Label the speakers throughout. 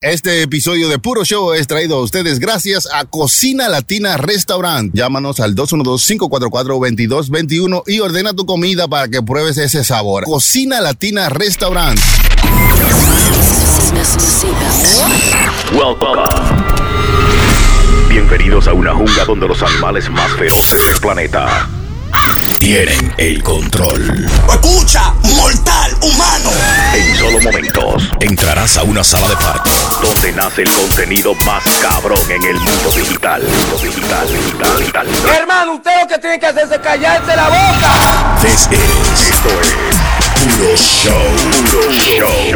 Speaker 1: Este episodio de Puro Show es traído a ustedes gracias a Cocina Latina Restaurant. Llámanos al 212-544-2221 y ordena tu comida para que pruebes ese sabor. Cocina Latina Restaurant.
Speaker 2: Welcome. Bienvenidos a una jungla donde los animales más feroces del planeta tienen el control.
Speaker 3: Escucha, mortal, humano.
Speaker 2: En solo momentos entrarás a una sala de parto donde nace el contenido más cabrón en el mundo digital. Mundo digital, digital, digital.
Speaker 4: Hermano, usted lo que tiene que hacer es callarse la boca.
Speaker 2: This is, esto es Puro Show. Puro Show.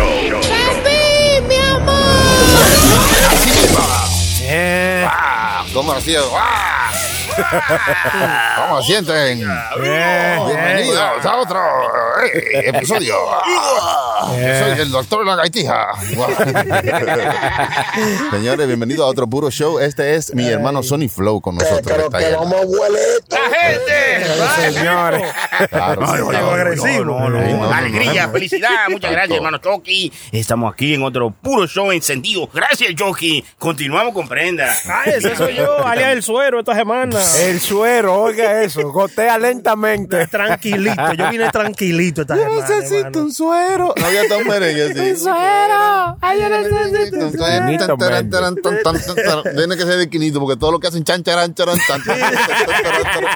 Speaker 1: ¿Cómo así? ¡Ah! ¿Cómo sienten? Bienvenidos a otro eh, episodio. Soy el doctor La Gaitija. Señores, bienvenidos a otro puro show. Este es mi hermano Sony Flow con nosotros. Está ahí.
Speaker 5: Señores,
Speaker 1: Claro, sí,
Speaker 5: llegó
Speaker 1: claro.
Speaker 5: agresivo.
Speaker 1: No, no, no, no.
Speaker 6: Alegría, felicidad, muchas gracias, hermano Chucky. Estamos aquí en otro puro show encendido. Gracias, Chucky. Continuamos con prenda.
Speaker 7: Ah, ese soy yo, alias el suero esta semana.
Speaker 5: el suero, oiga eso, gotea lentamente.
Speaker 7: Tranquilito, yo vine tranquilito esta semana. hermano.
Speaker 1: un suero. No había tan merengue así.
Speaker 5: Quinito Méndez.
Speaker 1: Tiene que ser de Quinito, porque todo lo que hacen chan, charan, charan, tan, tan, tan, tan, tan, tan, tan.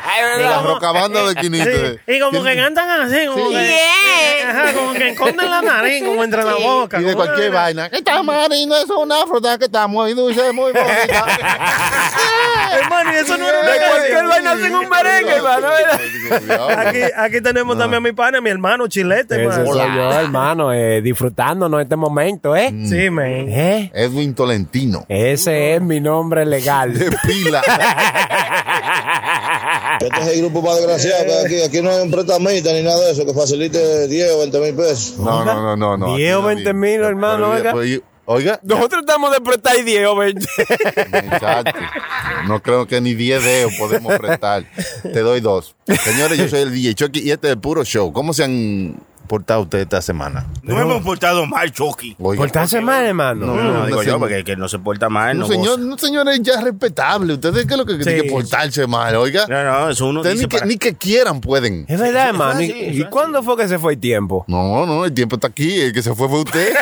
Speaker 1: La rocabanda de Quinito. eh.
Speaker 7: Sí, Y como que cantan así, como
Speaker 1: Sí.
Speaker 7: que. Ajá, como que esconden la nariz, como entre la boca.
Speaker 1: Y de
Speaker 7: como
Speaker 1: cualquier
Speaker 7: una-
Speaker 1: vaina. Esta marina es una fruta que está muy dulce, muy bonita.
Speaker 7: Hermano, y eso no era
Speaker 1: De
Speaker 7: una
Speaker 5: cualquier
Speaker 7: canción.
Speaker 5: vaina hacen un merengue, hermano, ¿verdad?
Speaker 7: Aquí, aquí tenemos también a mi pana, mi hermano Chilete,
Speaker 5: Ese
Speaker 7: man.
Speaker 5: soy yo, hermano, eh, disfrutándonos este momento, ¿eh?
Speaker 7: Sí, man.
Speaker 5: ¿Eh?
Speaker 1: Edwin Tolentino.
Speaker 5: Ese es mi nombre legal.
Speaker 1: De pila.
Speaker 8: Este es el grupo más desgraciado que hay aquí. Aquí no hay un prestamita ni nada de eso que facilite 10 o 20 mil pesos.
Speaker 1: No, no, no, no. no.
Speaker 5: 10 o 20 mil, hermano, oiga.
Speaker 1: Oiga.
Speaker 5: Nosotros estamos de prestar 10 o 20.
Speaker 1: Exacto. No creo que ni 10 dedos podemos prestar. Te doy dos. Señores, yo soy el DJ Chucky y este es el puro show. ¿Cómo se han portado ustedes esta semana?
Speaker 6: No hemos portado mal, Chucky.
Speaker 1: Oiga,
Speaker 5: Portarse mal, hermano.
Speaker 1: No,
Speaker 6: Mm, No,
Speaker 1: no,
Speaker 6: digo
Speaker 1: señor.
Speaker 6: yo, porque el que no se porta mal,
Speaker 1: un
Speaker 6: no
Speaker 1: señor,
Speaker 6: goza.
Speaker 1: un señor es ya respetable. Ustedes qué es lo que tienen que portarse mal, oiga.
Speaker 6: No, no, eso uno
Speaker 1: Ustedes
Speaker 6: dice
Speaker 1: ni que,
Speaker 6: para-
Speaker 1: ni que quieran pueden.
Speaker 5: Es verdad, hermano. ¿Y,
Speaker 6: así,
Speaker 5: y cuándo fue que se fue el tiempo?
Speaker 1: No, no, el tiempo está aquí. El que se fue fue usted.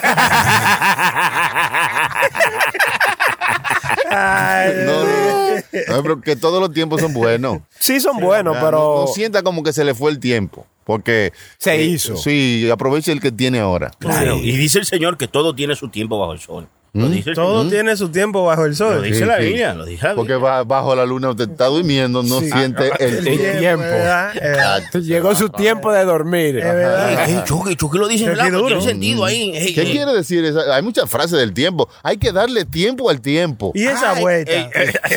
Speaker 1: No, no, no. No, pero que todos los tiempos son buenos.
Speaker 5: Sí, son buenos,
Speaker 1: Ya, No,
Speaker 5: pero.
Speaker 1: no sienta como que se le fue el tiempo. Porque. eh,
Speaker 5: Se hizo.
Speaker 1: Sí, aproveche el que tiene ahora.
Speaker 6: Claro. Y dice el señor que todo tiene su tiempo bajo el sol. Lo
Speaker 1: ¿Mm?
Speaker 6: dice el
Speaker 7: Todo
Speaker 6: señor.
Speaker 7: tiene su tiempo bajo el
Speaker 6: Lo
Speaker 7: sol.
Speaker 6: dice
Speaker 1: Sí,
Speaker 6: la
Speaker 1: sí.
Speaker 6: Biblia, lo dice la
Speaker 1: Porque
Speaker 6: Biblia.
Speaker 1: ba- bajo la luna usted está durmiendo, no siente el
Speaker 5: Ah, El tiempo.
Speaker 7: ¿verdad? Eh,
Speaker 5: Llegó su tiempo de dormir.
Speaker 6: Ey, ey, Chucky, Chucky lo dice en
Speaker 7: Chucky
Speaker 6: blanco,
Speaker 7: duro.
Speaker 6: tiene sentido ahí. Ey,
Speaker 1: Mm. ¿Qué
Speaker 6: ey.
Speaker 1: quiere decir esa? Hay muchas frases del tiempo. Hay que darle tiempo al tiempo.
Speaker 7: Y esa
Speaker 6: Ay,
Speaker 7: vuelta.
Speaker 6: ey, ey, ey,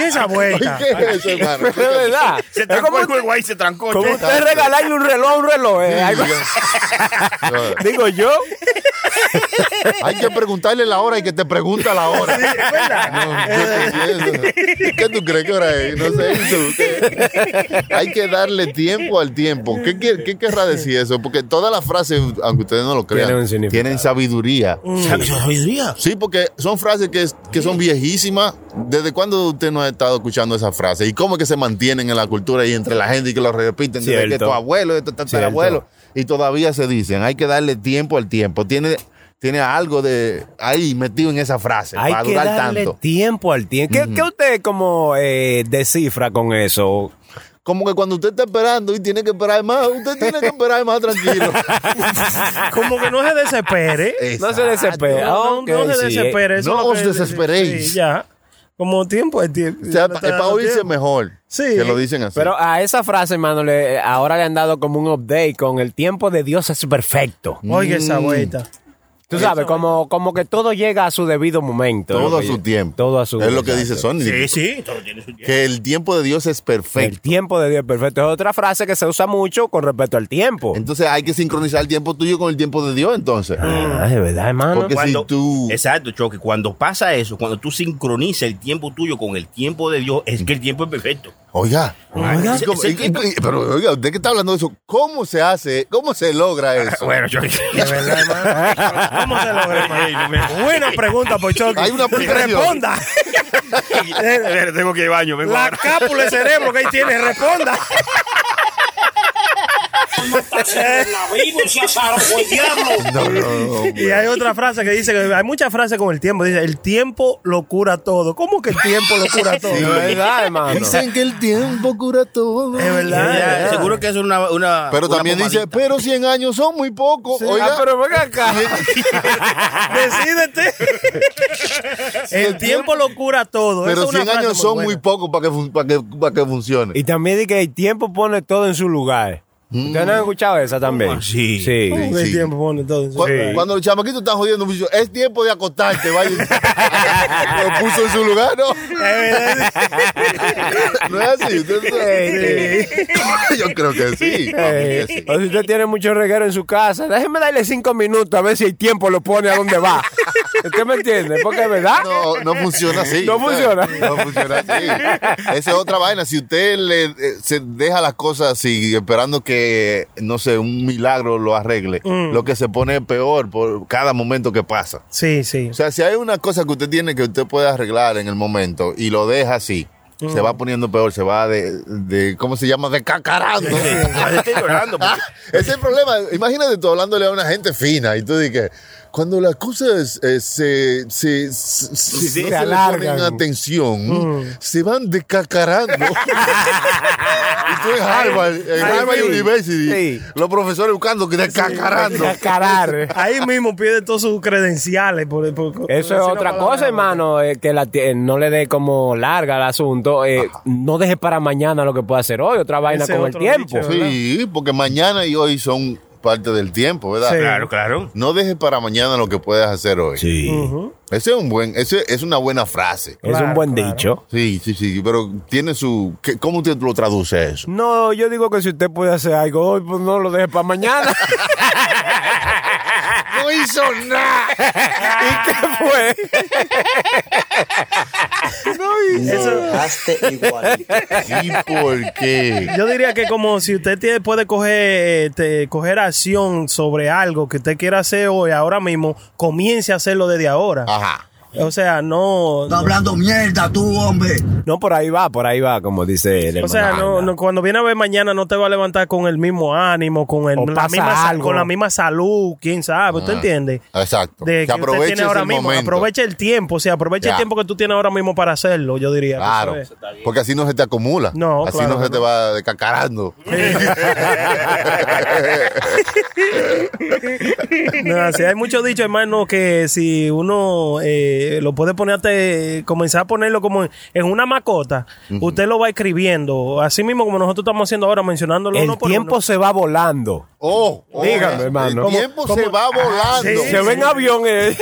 Speaker 7: Y esa vuelta.
Speaker 1: ¿Qué es eso, hermano?
Speaker 5: Es verdad.
Speaker 6: Se
Speaker 5: Es
Speaker 6: trancó
Speaker 5: como-
Speaker 6: el juego ahí, se trancó.
Speaker 5: Como
Speaker 6: Chucky.
Speaker 5: usted regalarle un reloj a un reloj, eh, algo- digo yo.
Speaker 1: Hay que preguntarle la hora y que te pregunta la hora. No, yo te entiendo. ¿Qué tú crees que hora es? No sé. ¿tú qué? Hay que darle tiempo al tiempo. ¿Qué, quiere- qué querrá decir eso? Porque todas las frases, aunque ustedes no lo crean,
Speaker 5: Tienen un significado.
Speaker 1: tienen sabiduría.
Speaker 6: Mm. ¿Sabe su sabiduría?
Speaker 1: Sí, porque son frases que, es- que son viejísimas. ¿Desde cuándo usted no ha estado escuchando esas frases? ¿Y cómo es que se mantienen en la cultura y entre la gente y que lo repiten? Desde que
Speaker 5: Cierto.
Speaker 1: tu abuelo, de tu tatarabuelo. Y todavía se dicen, hay que darle tiempo al tiempo. Tiene, tiene algo de ahí metido en esa frase
Speaker 5: Hay
Speaker 1: para
Speaker 5: que
Speaker 1: durar
Speaker 5: darle
Speaker 1: tanto.
Speaker 5: tiempo al tiempo. ¿Qué, qué usted como eh, descifra con eso?
Speaker 1: Como que cuando usted está esperando y tiene que esperar más, usted tiene que esperar más tranquilo.
Speaker 7: Como que no se desespere.
Speaker 5: No se desespera.
Speaker 7: No, no,
Speaker 5: Ok,
Speaker 7: no se
Speaker 5: sí, eh.
Speaker 7: desespere. eso
Speaker 1: No
Speaker 7: es lo
Speaker 1: os
Speaker 7: que-
Speaker 1: desesperéis.
Speaker 7: sí, ya. Como tiempo es tiempo.
Speaker 1: O sea,
Speaker 7: No
Speaker 1: pa-
Speaker 7: está
Speaker 1: es para
Speaker 7: dando
Speaker 1: oírse
Speaker 7: tiempo.
Speaker 1: mejor.
Speaker 7: Sí.
Speaker 1: Que lo dicen así.
Speaker 5: Pero a esa frase, hermano, le, eh, ahora le han dado como un update con el tiempo de Dios es perfecto.
Speaker 1: "Mm,
Speaker 7: Oiga esa vuelta.
Speaker 5: Tú sabes, como, como que todo llega a su debido momento.
Speaker 1: todo a
Speaker 5: Oye,
Speaker 1: su tiempo.
Speaker 5: Todo a su
Speaker 1: Es lo que dice
Speaker 5: exacto.
Speaker 1: Sony.
Speaker 6: Sí, sí, todo tiene su tiempo.
Speaker 1: Que el tiempo de Dios es perfecto.
Speaker 5: El tiempo de Dios es perfecto. Es otra frase que se usa mucho con respecto al tiempo.
Speaker 1: Entonces hay que sincronizar el tiempo tuyo con el tiempo de Dios, entonces.
Speaker 5: Ah, de verdad, hermano.
Speaker 1: Porque si tú.
Speaker 6: Exacto, Chucky. Cuando pasa eso, cuando tú sincronizas el tiempo tuyo con el tiempo de Dios, es que el tiempo es perfecto.
Speaker 1: Oiga,
Speaker 6: Oiga.
Speaker 1: es como- y- y- y- pero oiga, ¿usted qué está hablando de eso? ¿Cómo se hace? ¿Cómo se logra eso?
Speaker 6: Bueno, yo...
Speaker 7: De verdad, hermano. ¿Cómo se logra,
Speaker 6: Ey, no
Speaker 7: hermano?
Speaker 6: me-
Speaker 7: Buena pregunta, Pochoki.
Speaker 1: Hay una aplicación.
Speaker 7: Responda.
Speaker 6: A ver, tengo que ir al baño, vengo
Speaker 7: La
Speaker 6: ahora.
Speaker 7: cápsula de cerebro que ahí tiene, responda.
Speaker 3: La vivo se asaron por el diablo.
Speaker 1: No, no, no, hombre.
Speaker 7: Y hay otra frase que dice, que hay muchas frases con el tiempo. Dice, el tiempo lo cura todo. ¿Cómo que el tiempo lo cura todo?
Speaker 5: De verdad, hermano.
Speaker 1: Dicen que el tiempo cura todo.
Speaker 7: Es verdad.
Speaker 6: Ya,
Speaker 7: es verdad.
Speaker 6: Seguro que es una. una
Speaker 1: Pero
Speaker 6: una
Speaker 1: también dice,
Speaker 6: pomadita.
Speaker 1: pero 100 años son muy pocos. Oiga,
Speaker 5: Ah, pero ven acá.
Speaker 7: Decídete. el tiempo lo cura todo. Esa
Speaker 1: pero
Speaker 7: es una
Speaker 1: 100
Speaker 7: frase
Speaker 1: años son
Speaker 7: buena.
Speaker 1: muy pocos para que, fun- para que, para que funcione.
Speaker 5: Y también de que el tiempo pone todo en su lugar. ¿Ustedes no han escuchado esa también?
Speaker 6: así?
Speaker 7: Mm.
Speaker 5: Sí.
Speaker 7: ¿Cómo que el
Speaker 1: Sí.
Speaker 7: tiempo pone todo en su
Speaker 1: Cu-
Speaker 7: lugar?
Speaker 1: Cuando los chamaquitos están jodiendo, mucho, es tiempo de acostarte, vaya. Lo puso en su lugar, ¿no? no es así. usted sabe. Yo creo que sí. para mí que sí.
Speaker 5: Eh, o si usted tiene mucho reguero en su casa, déjeme darle cinco minutos a ver si el tiempo lo pone a donde va. ¿Usted me entiende? Porque es verdad.
Speaker 1: No, no funciona así.
Speaker 5: No
Speaker 1: ¿sabes?
Speaker 5: funciona.
Speaker 1: No funciona así. Esa es otra vaina. Si usted le, eh, se deja las cosas así, esperando que, no sé, un milagro lo arregle,
Speaker 5: Mm.
Speaker 1: lo que se pone peor por cada momento que pasa.
Speaker 7: Sí, sí.
Speaker 1: O sea, si hay una cosa que usted tiene que usted puede arreglar en el momento y lo deja así,
Speaker 5: Mm.
Speaker 1: se va poniendo peor, se va de, de ¿cómo se llama? Decacarando.
Speaker 6: Está deteriorando,
Speaker 1: Ah,
Speaker 6: porque-
Speaker 1: ese es el problema. Imagínate tú hablándole a una gente fina y tú dices, cuando las cosas eh, se, se, se, se-
Speaker 5: sí,
Speaker 1: no
Speaker 5: se
Speaker 1: se le
Speaker 5: alargan. Mm.
Speaker 1: ponen atención, se van decacarando. y tú en Harvard, en
Speaker 5: Ay,
Speaker 1: Harvard
Speaker 5: sí.
Speaker 1: University,
Speaker 5: Sí.
Speaker 1: los profesores buscando que decacarando.
Speaker 5: Cacarar.
Speaker 7: Ahí mismo pierde todos sus credenciales. Por, por- por
Speaker 5: Eso
Speaker 7: decir
Speaker 5: es
Speaker 7: una
Speaker 5: otra
Speaker 7: palabra.
Speaker 5: cosa, hermano, eh, que la tie- no le dé como larga al asunto. eh, no deje para mañana lo que puede hacer hoy, otra vaina
Speaker 7: Ese
Speaker 5: con el
Speaker 7: otro
Speaker 5: tiempo.
Speaker 7: dicho.
Speaker 1: Sí, porque mañana y hoy son parte del tiempo, ¿verdad?
Speaker 7: Sí.
Speaker 6: Claro, claro.
Speaker 1: No dejes para mañana lo que puedes hacer hoy.
Speaker 6: Sí.
Speaker 1: Ese es un buen, ese es una buena frase.
Speaker 5: Es un
Speaker 7: Claro,
Speaker 5: buen
Speaker 7: claro.
Speaker 5: dicho.
Speaker 1: Sí, sí, sí, pero tiene su, ¿qué- ¿cómo usted lo traduce eso?
Speaker 5: No, yo digo que si usted puede hacer algo hoy, pues no lo deje para mañana.
Speaker 1: No hizo nada.
Speaker 5: ¿Y qué fue?
Speaker 3: Hazte igualito.
Speaker 1: ¿Y por qué?
Speaker 7: Yo diría que como si usted tiene- puede coger, este, coger acción sobre algo que usted quiera hacer hoy, ahora mismo, comience a hacerlo desde ahora.
Speaker 1: Ajá.
Speaker 7: O sea, no...
Speaker 3: Está hablando mierda tú, hombre.
Speaker 5: No, por ahí va, por ahí va, como dice el
Speaker 7: O sea,
Speaker 5: hermano.
Speaker 7: no, no, cuando viene a ver mañana no te va a levantar con el mismo ánimo, con, el,
Speaker 5: O
Speaker 7: la,
Speaker 5: pasa
Speaker 7: misma, sa-
Speaker 5: algo.
Speaker 7: con la misma salud, quién sabe, ¿usted entiende?
Speaker 1: Exacto.
Speaker 7: De que usted tiene ahora
Speaker 1: ese
Speaker 7: mismo,
Speaker 1: momento.
Speaker 7: aproveche el tiempo, o sea, aproveche el
Speaker 1: Ya.
Speaker 7: tiempo que tú tienes ahora mismo para hacerlo, yo diría. que
Speaker 1: Claro,
Speaker 7: eso es.
Speaker 1: porque así no se te acumula.
Speaker 7: No,
Speaker 1: así
Speaker 7: claro
Speaker 1: no
Speaker 7: que
Speaker 1: se te
Speaker 7: no.
Speaker 1: va decacarando.
Speaker 7: No, sí, hay muchos dichos, hermano, que si uno eh, lo puede poner, hasta- eh, comenzar a ponerlo como en, en una macota, usted lo va escribiendo, así mismo como nosotros estamos haciendo ahora, mencionándolo
Speaker 5: El
Speaker 7: uno por
Speaker 5: tiempo
Speaker 7: uno.
Speaker 5: se va volando.
Speaker 1: Oh, oh,
Speaker 5: Dígame, hermano.
Speaker 1: El tiempo se va volando.
Speaker 7: Ah, Sí,
Speaker 5: se ve en avión. eh.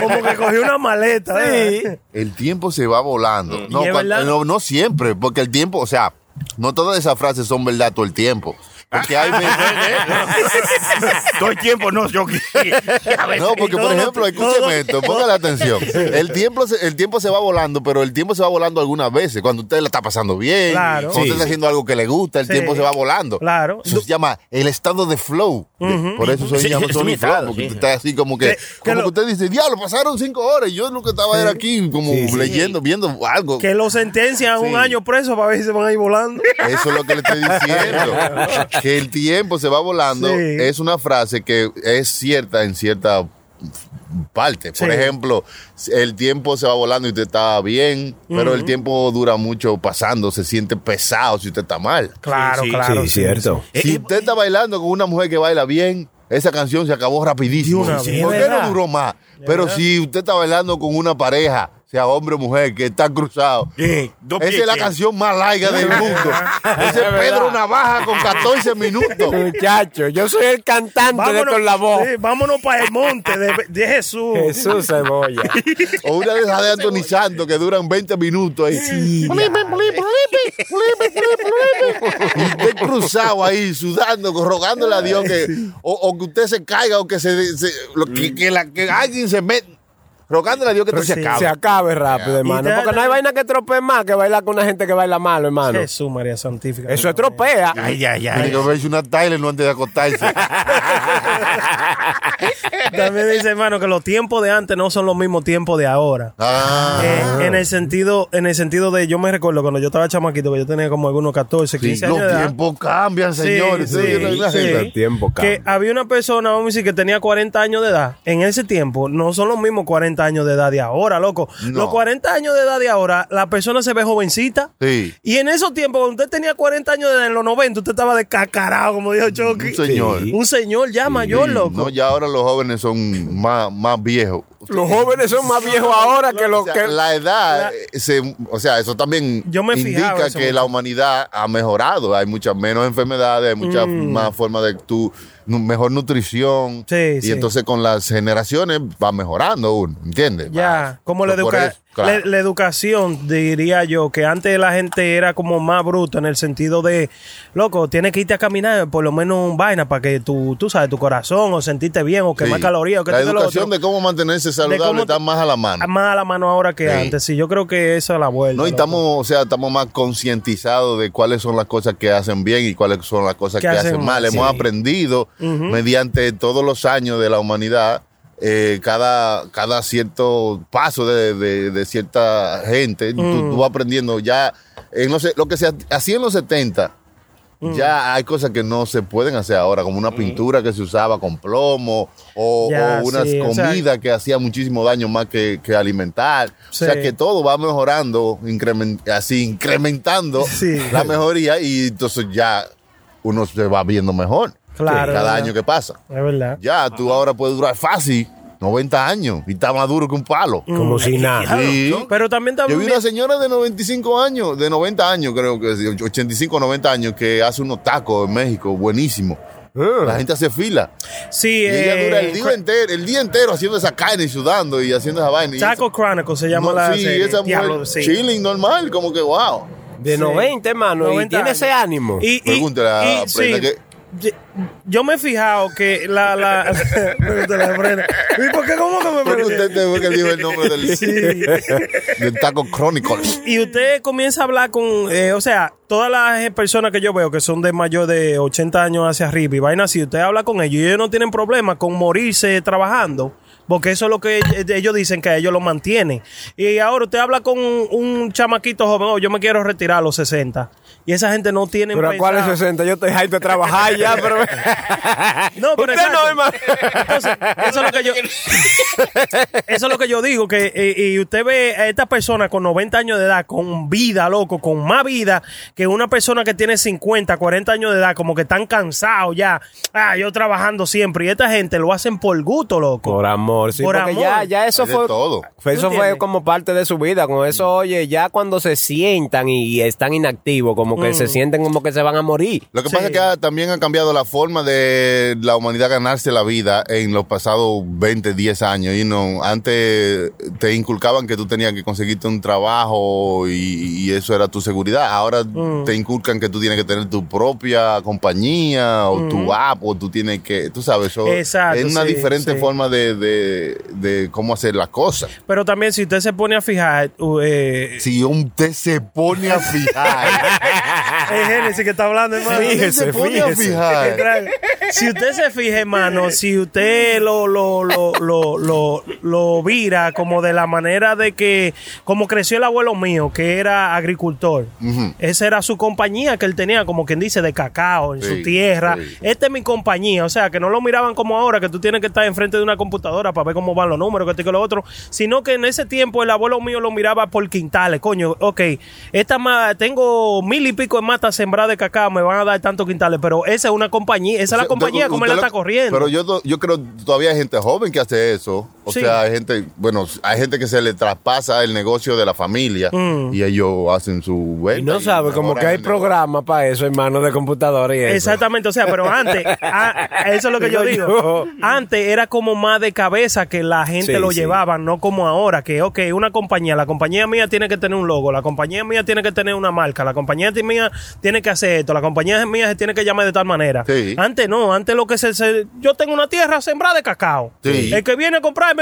Speaker 7: Como que cogió una maleta.
Speaker 5: Sí.
Speaker 7: ¿verdad?
Speaker 1: El tiempo se va volando. No,
Speaker 7: Mm. es
Speaker 1: cuan-
Speaker 7: verdad.
Speaker 1: no, no siempre, porque el tiempo, o sea, no todas esas frases son verdad todo el tiempo. Porque hay veces.
Speaker 6: Todo el tiempo no, yo A veces-
Speaker 1: No, porque por
Speaker 7: todo-
Speaker 1: ejemplo,
Speaker 7: todo-
Speaker 1: escúcheme esto, póngale atención. El tiempo, se, el tiempo se va volando, pero el tiempo se va volando algunas veces. Cuando usted la está pasando bien,
Speaker 7: Claro.
Speaker 1: cuando
Speaker 7: Sí.
Speaker 1: usted está haciendo algo que le gusta, el
Speaker 7: Sí.
Speaker 1: tiempo se va volando.
Speaker 7: Claro.
Speaker 1: Eso se llama el estado de flow. Por eso se
Speaker 6: Sí,
Speaker 1: llama
Speaker 6: es
Speaker 1: Sony
Speaker 6: un
Speaker 1: flow,
Speaker 6: estado,
Speaker 1: porque
Speaker 6: sí.
Speaker 1: usted está así como que,
Speaker 7: Que- que
Speaker 1: como
Speaker 7: lo-
Speaker 1: que usted dice, diablo, pasaron cinco horas y yo lo que estaba era aquí como leyendo, viendo algo.
Speaker 7: Que lo sentencian a un
Speaker 1: Sí.
Speaker 7: año preso para ver si se van a ir volando.
Speaker 1: Eso es lo que le estoy diciendo. que el tiempo se va volando
Speaker 7: Sí.
Speaker 1: es una frase que es cierta en cierta parte. Por
Speaker 7: Sí.
Speaker 1: ejemplo, el tiempo se va volando y usted está bien, pero el tiempo dura mucho pasando, se siente pesado si usted está mal.
Speaker 7: Claro,
Speaker 6: sí,
Speaker 7: claro.
Speaker 5: sí, cierto.
Speaker 1: Si usted está bailando con una mujer que baila bien, esa canción se acabó rapidísimo.
Speaker 7: De una
Speaker 1: ¿Por
Speaker 7: vez.
Speaker 1: qué no duró más? Pero si usted está bailando con una pareja, sea hombre o mujer, que está cruzado,
Speaker 6: Sí, dos
Speaker 1: esa es la
Speaker 6: pies.
Speaker 1: canción más larga del mundo. Ese es Pedro Navaja con 14 minutos.
Speaker 5: Muchacho, yo soy el cantante de con la voz.
Speaker 7: sí, vámonos para el monte de, de Jesús.
Speaker 5: Jesús Cebolla.
Speaker 1: O una de esas de Anthony Santos que duran 20 minutos ahí. Y usted cruzado ahí, sudando, rogándole a Dios que, o, o que usted se caiga o que se, se- lo- que, que la- que alguien se meta. rogándole a Dios que esto se
Speaker 7: Sí.
Speaker 1: acabe.
Speaker 5: Se acabe rápido, hermano.
Speaker 7: ya
Speaker 5: Porque
Speaker 7: la-
Speaker 5: no hay vaina que tropee más que bailar con una gente que baila malo, hermano.
Speaker 7: Jesús, María Santífica.
Speaker 5: Eso es tropea.
Speaker 6: Ay, ay,
Speaker 1: Tiene que
Speaker 6: ay.
Speaker 1: haberse una no antes de acostarse.
Speaker 7: También dice, hermano, que los tiempos de antes no son los mismos tiempos de ahora.
Speaker 1: Ah.
Speaker 7: Eh, en el sentido en el sentido de yo me recuerdo cuando yo estaba chamaquito que yo tenía como algunos 14
Speaker 1: Sí,
Speaker 7: 15 años de
Speaker 1: los
Speaker 7: edad.
Speaker 1: tiempos cambian,
Speaker 7: Sí,
Speaker 1: señores.
Speaker 7: sí,
Speaker 1: Ustedes vieron la
Speaker 7: sí.
Speaker 1: gente.
Speaker 5: tiempo
Speaker 7: que había una persona, vamos a decir, que tenía 40 años de edad. En ese tiempo, no son los mismos 40 años de edad de ahora, loco.
Speaker 1: No.
Speaker 7: Los 40 años de edad de ahora, la persona se ve jovencita.
Speaker 1: Sí.
Speaker 7: Y en esos tiempos, cuando usted tenía 40 años de edad, en los 90, usted estaba descacarado, como dijo Chucky.
Speaker 1: Un señor.
Speaker 7: Un señor ya mayor,
Speaker 1: Sí,
Speaker 7: loco.
Speaker 1: No, ya ahora los jóvenes son más, más viejos.
Speaker 5: Los jóvenes son más viejos ahora que
Speaker 1: O
Speaker 5: los
Speaker 1: sea,
Speaker 5: que.
Speaker 1: la edad, eh, se- o sea, eso también
Speaker 7: Yo me fijaba
Speaker 1: indica
Speaker 7: eso
Speaker 1: que
Speaker 7: mucho.
Speaker 1: la humanidad ha mejorado. Hay muchas menos enfermedades, hay muchas más formas de tu nu- mejor nutrición.
Speaker 7: Mm. Sí,
Speaker 1: y
Speaker 7: sí.
Speaker 1: entonces con las generaciones va mejorando uno, ¿entiendes?
Speaker 7: Ya,
Speaker 1: Va-
Speaker 7: como la,
Speaker 1: Pues por
Speaker 7: educa-
Speaker 1: eso, claro.
Speaker 7: la- la educación, diría yo, que antes la gente era como más bruta en el sentido de, loco, tienes que irte a caminar por lo menos un vaina para que tú, tú sabes, tu corazón o sentirte bien o que
Speaker 1: Sí.
Speaker 7: más calorías o que
Speaker 1: la
Speaker 7: esto, que lo
Speaker 1: educación
Speaker 7: otro.
Speaker 1: de cómo mantenerse saludable
Speaker 7: cómo-
Speaker 1: está más a la mano.
Speaker 7: Más a la mano ahora que
Speaker 1: Sí.
Speaker 7: antes. Sí, yo creo que esa es la vuelta.
Speaker 1: No, y
Speaker 7: loco.
Speaker 1: estamos, o sea, estamos más concientizados de cuáles son las cosas que hacen bien y cuáles son las cosas que,
Speaker 7: Que
Speaker 1: hacen,
Speaker 7: hacen
Speaker 1: mal.
Speaker 7: mal,
Speaker 1: Hemos
Speaker 7: sí.
Speaker 1: aprendido mediante todos los años de la humanidad, eh, cada, cada cierto paso de, de- de cierta gente,
Speaker 7: Mm.
Speaker 1: tú, tú vas aprendiendo ya, en los- lo que se ha- hacía en los 70.
Speaker 7: Mm.
Speaker 1: Ya hay cosas que no se pueden hacer ahora, como una pintura que se usaba con plomo o,
Speaker 7: Ya,
Speaker 1: o unas
Speaker 7: sí, o sea-
Speaker 1: comidas que hacía muchísimo daño más que, que alimentar.
Speaker 7: Sí.
Speaker 1: O sea que todo va mejorando, incremen- así incrementando
Speaker 7: Sí.
Speaker 1: la mejoría y entonces ya uno se va viendo mejor
Speaker 7: Claro,
Speaker 1: cada
Speaker 7: ¿verdad?
Speaker 1: año que pasa.
Speaker 7: Es verdad.
Speaker 1: Ya, tú ahora puedes durar fácil 90 años y está más duro que un palo.
Speaker 5: Como si nada.
Speaker 1: Sí.
Speaker 7: Pero también
Speaker 1: Yo
Speaker 7: Mm. también.
Speaker 1: vi una señora de 95 años, de 90 años creo que, sí, 85 o 90 años, que hace unos tacos en México, buenísimo. La gente hace fila.
Speaker 7: Sí,
Speaker 1: Y ella
Speaker 7: eh,
Speaker 1: dura el día entero, el día entero haciendo esa carne y sudando y haciendo esa vaina. Y
Speaker 7: Taco Chronicle se llama
Speaker 1: No,
Speaker 7: la
Speaker 1: sí,
Speaker 7: serie.
Speaker 1: esa mujer
Speaker 7: Diablo, sí.
Speaker 1: chilling normal, como que wow.
Speaker 5: De
Speaker 7: Sí.
Speaker 5: 90, hermano.
Speaker 7: 90
Speaker 5: y tiene
Speaker 7: años.
Speaker 5: ese ánimo.
Speaker 7: Y, y-
Speaker 1: Pregúntale a
Speaker 7: y-
Speaker 1: Brenda
Speaker 7: sí,
Speaker 1: que-
Speaker 7: yo- Yo me he fijado que la. la pregúntale a Brenda. ¿Y por qué? ¿Cómo que me
Speaker 1: Porque
Speaker 7: pregunté?
Speaker 1: usted fue que dijo el nombre del, del Taco Chronicles.
Speaker 7: Y usted comienza a hablar con. eh, o sea, todas las eh, personas que yo veo que son de mayor de 80 años hacia arriba y vaina así, usted habla con ellos y ellos no tienen problema con morirse trabajando. Porque eso es lo que ell- eh, ellos dicen que a ellos lo mantienen. Y ahora usted habla con un, un chamaquito joven, oh, yo me quiero retirar a los 60. Y esa gente no tiene
Speaker 5: pero a cuál es
Speaker 7: pensado-
Speaker 5: 60? Yo estoy hype de trabajar ya, pero.
Speaker 7: No, pero
Speaker 5: Usted
Speaker 7: exacto.
Speaker 5: no, hermano.
Speaker 7: Entonces, eso es lo que yo Eso es lo que yo digo que eh, y usted ve a esta persona con 90 años de edad con vida, loco, con más vida que una persona que tiene 50, 40 años de edad como que están cansados ya. Ah, yo trabajando siempre y esta gente lo hacen por gusto, loco.
Speaker 5: Por amor, sí.
Speaker 7: Por
Speaker 5: porque
Speaker 7: amor.
Speaker 5: Ya, ya eso
Speaker 1: Hay de
Speaker 5: fue.
Speaker 1: todo. Mm.
Speaker 5: Eso fue
Speaker 7: entiendes?
Speaker 5: como parte de su vida. Con eso, oye, ya cuando se sientan y están inactivos, como que
Speaker 7: Mm.
Speaker 5: se sienten como que se van a morir.
Speaker 1: Lo que
Speaker 7: Sí.
Speaker 1: pasa es que ha- también ha cambiado la forma de la humanidad ganarse la vida en los pasados 20, 10 años. Y no, antes te inculcaban que tú tenías que conseguirte un trabajo y, y eso era tu seguridad. Ahora
Speaker 7: Mm.
Speaker 1: te inculcan que tú tienes que tener tu propia compañía o tu app o tú tienes que, tú sabes, eso
Speaker 7: Mm. Exacto,
Speaker 1: es una
Speaker 7: sí,
Speaker 1: diferente
Speaker 7: sí.
Speaker 1: forma de, de- de cómo hacer las cosas.
Speaker 7: Pero también si usted se pone a fijar uh, eh,
Speaker 1: Si usted se pone a fijar,
Speaker 7: es Génesis que está hablando, hermano.
Speaker 1: usted se pone a fijar.
Speaker 7: Claro. Si usted se fija, hermano, si usted lo, lo, lo, lo, lo, lo vira como de la manera de que, como creció el abuelo mío, que era agricultor, esa era su compañía que él tenía, como quien dice, de cacao en
Speaker 1: Sí,
Speaker 7: su tierra.
Speaker 1: sí.
Speaker 7: Esta es mi compañía, o sea, que no lo miraban como ahora, que tú tienes que estar enfrente de una computadora para ver cómo van los números, que esto y que lo otro, sino que en ese tiempo el abuelo mío lo miraba por quintales, coño, ok, esta ma- tengo mil y pico de matas sembradas de cacao, me van a dar tantos quintales, pero esa es una compañía, esa es la
Speaker 1: Usted-
Speaker 7: compañía
Speaker 1: usted
Speaker 7: como él
Speaker 1: lo-
Speaker 7: está corriendo.
Speaker 1: Pero yo, do- yo creo que todavía hay gente joven que hace eso. O
Speaker 7: Sí.
Speaker 1: sea, hay gente, bueno, hay gente que se le traspasa el negocio de la familia
Speaker 7: Mm.
Speaker 1: y ellos hacen su venta.
Speaker 5: Y no sabe, como
Speaker 1: mejoran
Speaker 5: que hay
Speaker 1: el negocio.
Speaker 5: programas para eso, hermano, de computadora y eso.
Speaker 7: Exactamente, o sea, pero antes, ah, eso es lo que yo
Speaker 5: Digo
Speaker 7: digo.
Speaker 5: yo.
Speaker 7: Antes era como más de cabeza que la gente
Speaker 5: Sí,
Speaker 7: lo
Speaker 5: sí.
Speaker 7: llevaba, no como ahora, que, ok, una compañía, la compañía mía tiene que tener un logo, la compañía mía tiene que tener una marca, la compañía ti- mía tiene que hacer esto, la compañía mía se tiene que llamar de tal manera.
Speaker 1: Sí.
Speaker 7: Antes no, antes lo que se, se- Yo tengo una tierra sembrada de cacao.
Speaker 1: Sí.
Speaker 7: El que viene a comprarme.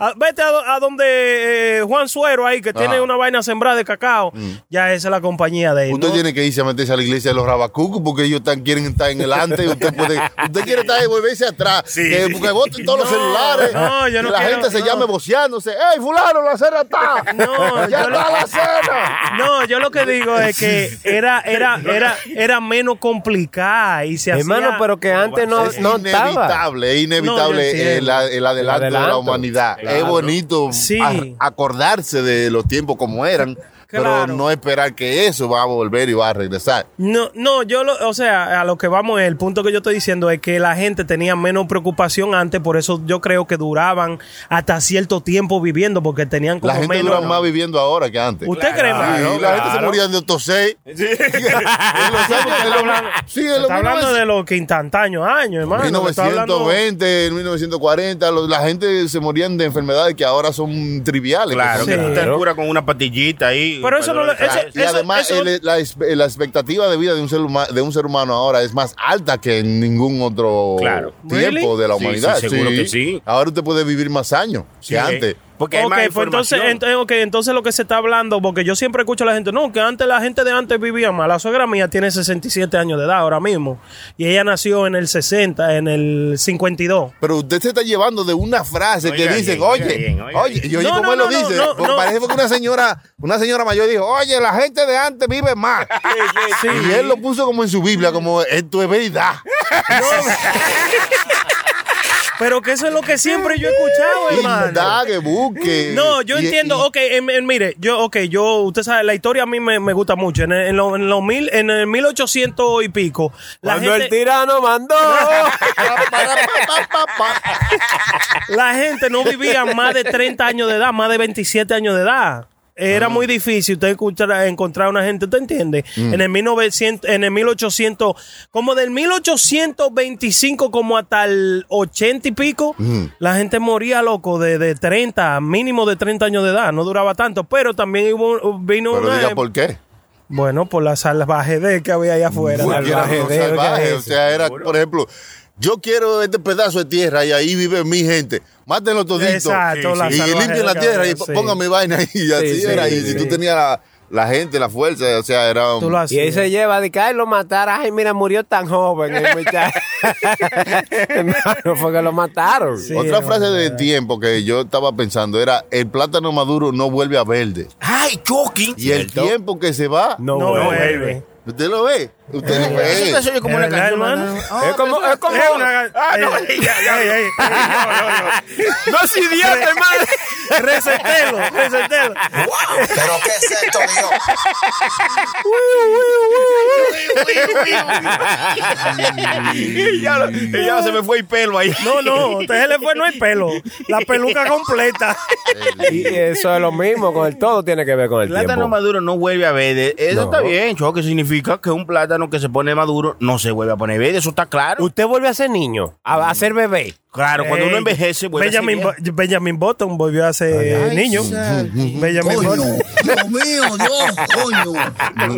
Speaker 7: a- vete a, a donde eh, Juan Suero ahí, que tiene
Speaker 1: Ah.
Speaker 7: una vaina sembrada de cacao. Ya esa es la compañía de él.
Speaker 1: Mm. Usted
Speaker 7: ¿no?
Speaker 1: tiene que irse a meterse a la iglesia de los rabacucos porque ellos están, quieren estar en el antes. y Usted, puede, usted quiere estar y volverse atrás.
Speaker 6: Sí.
Speaker 1: Que, porque voten todos los
Speaker 7: No,
Speaker 1: celulares.
Speaker 7: no, yo no
Speaker 1: que la
Speaker 7: quiero,
Speaker 1: gente se
Speaker 7: no.
Speaker 1: llame voceándose. ¡Ey, fulano, la cena está!
Speaker 7: No,
Speaker 1: ¡Ya está
Speaker 7: yo lo-
Speaker 1: la cena!
Speaker 7: No, yo lo que digo es que era, era, era, era menos complicada y se
Speaker 5: Hermano,
Speaker 7: hacía-
Speaker 5: pero que antes no,
Speaker 1: es
Speaker 5: no estaba.
Speaker 1: inevitable, es
Speaker 7: No, yo
Speaker 1: inevitable
Speaker 7: entiendo.
Speaker 1: eh, la- el, adelanto
Speaker 5: El
Speaker 1: de la
Speaker 5: adelanto,
Speaker 1: humanidad. Es bonito
Speaker 7: Sí.
Speaker 1: a- acordarse de los tiempos como eran,
Speaker 7: Claro.
Speaker 1: pero no esperar que eso va a volver y va a regresar.
Speaker 7: No, no, yo lo, o sea, a lo que vamos, el punto que yo estoy diciendo es que la gente tenía menos preocupación antes, por eso yo creo que duraban hasta cierto tiempo viviendo, porque tenían como
Speaker 1: La gente
Speaker 7: menos.
Speaker 1: dura más viviendo ahora que antes.
Speaker 7: ¿Usted
Speaker 1: Sí,
Speaker 7: cree más?
Speaker 1: la gente se moría de otosei. En los años que hablando, sí, en
Speaker 7: Se
Speaker 1: los
Speaker 7: está hablando
Speaker 1: 1900,
Speaker 7: de los quintantaños años, hermano. se está hablando-
Speaker 1: 1920, en 1940, lo- la gente se morían de enfermedades que ahora son triviales.
Speaker 6: Claro,
Speaker 1: que
Speaker 6: que
Speaker 1: son-
Speaker 6: tú te curas con una pastillita ahí.
Speaker 7: Pero eso no lo-
Speaker 1: Ah,
Speaker 7: eso-
Speaker 1: y además
Speaker 7: eso-
Speaker 1: el- la, espe- la expectativa de vida de un, ser huma- de un ser humano ahora es más alta que en ningún otro
Speaker 6: Claro.
Speaker 1: tiempo
Speaker 7: ¿Really?
Speaker 1: de la
Speaker 6: Sí,
Speaker 1: humanidad.
Speaker 6: sí, seguro que sí.
Speaker 1: Ahora usted puede vivir más años
Speaker 6: Sí,
Speaker 1: que antes.
Speaker 6: Porque hay
Speaker 7: Ok,
Speaker 6: más
Speaker 7: pues entonces,
Speaker 6: información.
Speaker 7: ent- ok, entonces lo que se está hablando, porque yo siempre escucho a la gente, no, que antes la gente de antes vivía más. La suegra mía tiene 67 años de edad ahora mismo. Y ella nació en el 60, en el 52.
Speaker 1: Pero usted se está llevando de una frase
Speaker 6: Oiga
Speaker 1: que dicen,
Speaker 6: bien, oiga
Speaker 1: oye,
Speaker 6: bien, oiga
Speaker 1: oye,
Speaker 6: bien.
Speaker 1: y oye
Speaker 7: No,
Speaker 1: cómo
Speaker 7: no,
Speaker 1: él lo
Speaker 7: no,
Speaker 1: dice.
Speaker 7: no,
Speaker 1: Porque
Speaker 7: no.
Speaker 1: Parece que una señora, una señora mayor dijo, oye, la gente de antes vive más.
Speaker 7: Sí.
Speaker 1: Y él lo puso como en su Biblia, como esto es verdad.
Speaker 7: Pero que eso es lo que siempre yo he escuchado, hermano.
Speaker 1: Indague, busque.
Speaker 7: No, yo
Speaker 1: Y-
Speaker 7: entiendo,
Speaker 1: y-
Speaker 7: ok, em- em, mire, yo, ok, yo, usted sabe, la historia a mí me, me gusta mucho. En, el- en, lo- en los mil, en el 1800 y pico, la
Speaker 5: Cuando el
Speaker 7: gente,
Speaker 5: tirano mandó.
Speaker 7: la gente no vivía más de 30 años de edad, más de 27 años de edad. Era muy difícil usted encontrar, encontrar una gente, ¿usted entiende? En el 1900, en el 1800, como del 1825 como hasta el 80 y pico, la gente moría loco de, de 30, mínimo de 30 años de edad, no duraba tanto, pero también hubo- vino
Speaker 1: Pero
Speaker 7: una em-
Speaker 1: diga
Speaker 7: ep-
Speaker 1: por qué.
Speaker 7: Bueno, por la salvajez que había allá afuera.
Speaker 1: Porque era
Speaker 5: salvaje,
Speaker 1: un
Speaker 5: ¿de
Speaker 1: salvaje,
Speaker 5: qué es
Speaker 1: O sea, era, por ejemplo, yo quiero este pedazo de tierra y ahí vive mi gente. Mátenlo todito.
Speaker 7: Exacto, la
Speaker 1: y
Speaker 7: salvaje
Speaker 1: limpien la
Speaker 7: de
Speaker 1: tierra y
Speaker 7: cabrón, sí.
Speaker 1: pongan mi vaina ahí. Y así
Speaker 5: sí,
Speaker 1: era. y
Speaker 5: sí,
Speaker 1: si tú
Speaker 5: sí.
Speaker 1: tenías la, la gente, la fuerza, o sea, era. un-
Speaker 7: Tú lo
Speaker 5: Y ahí
Speaker 7: hacías.
Speaker 5: se lleva, de que ay, lo mataron. Ay, mira, murió tan joven el muchacho. Hermano, fue que lo mataron.
Speaker 7: Sí,
Speaker 1: Otra
Speaker 7: no,
Speaker 1: frase de tiempo que yo estaba pensando era: el plátano maduro no vuelve a verde.
Speaker 6: Ay, Chucky.
Speaker 1: Y el tiempo que se va,
Speaker 5: No,
Speaker 7: No eh,
Speaker 5: güey.
Speaker 7: vuelve.
Speaker 1: usted lo ve. Usted lo
Speaker 6: Eso
Speaker 1: ve.
Speaker 6: te oye como una
Speaker 7: Eh, ¿Verdad,
Speaker 6: canción.
Speaker 7: hermano?
Speaker 6: ¿no? Ah,
Speaker 5: Es como, es como.
Speaker 7: Es una-
Speaker 5: Ah, no,
Speaker 7: eh, ey, ey, ey, no, no, no.
Speaker 5: no es idiota, hermano.
Speaker 7: Resetelo, resetelo.
Speaker 8: ¿Pero qué es esto, Dios?
Speaker 6: Y ya, lo- y ya se me fue el pelo ahí.
Speaker 7: No, no, usted se le fue, no hay pelo. La peluca completa.
Speaker 5: Y eso es lo mismo, con el todo tiene que ver con el
Speaker 6: plátano
Speaker 5: tiempo.
Speaker 6: maduro no vuelve a verde. Eso
Speaker 5: No.
Speaker 6: está bien, Chucky. Significa que un plátano que se pone maduro no se vuelve a poner verde. Eso está claro.
Speaker 5: Usted vuelve a ser niño, a, a ser bebé.
Speaker 6: Claro, cuando uno envejece, vuelve a ser
Speaker 7: Benjamin,
Speaker 6: viejo.
Speaker 7: Bo- Benjamin Button volvió a ser niño. Benjamin Button.
Speaker 8: Dios mío, Dios, coño.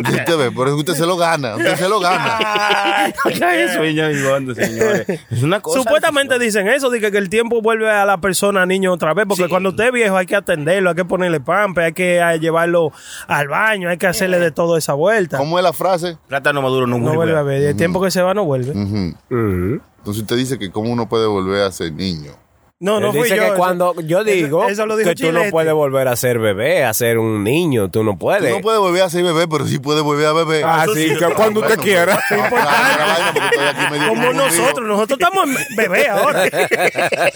Speaker 1: Usted ve, por eso usted se lo gana. Usted se lo gana.
Speaker 6: Oiga eso, Benjamin Button, señores. Es una cosa.
Speaker 7: Supuestamente dicen eso, de que que el tiempo vuelve a la persona niño otra vez, porque cuando usted es viejo hay que atenderlo, hay que ponerle pampe, hay que eh, llevarlo al baño, hay que hacerle de todo esa vuelta.
Speaker 1: ¿Cómo es la frase?
Speaker 6: Plátano maduro no,
Speaker 7: No vuelve a ver, el tiempo que se va no vuelve.
Speaker 1: Ujú. Entonces usted dice que cómo uno puede volver a ser niño.
Speaker 7: No,
Speaker 5: Él
Speaker 7: no fui
Speaker 5: dice
Speaker 7: yo.
Speaker 5: que
Speaker 7: eso-
Speaker 5: cuando yo digo
Speaker 7: eso- eso lo dijo
Speaker 5: que tú no
Speaker 7: Chilete.
Speaker 5: puedes volver a ser bebé, a ser un niño, tú no
Speaker 1: Tú
Speaker 5: puedes.
Speaker 1: no puede volver a ser bebé, pero sí puede volver a beber.
Speaker 5: Así Ah, que cuando usted quiera.
Speaker 1: Ah, claro, la vaina, porque estoy aquí medio
Speaker 7: Como
Speaker 1: confundido.
Speaker 7: nosotros, nosotros estamos en bebé ahora.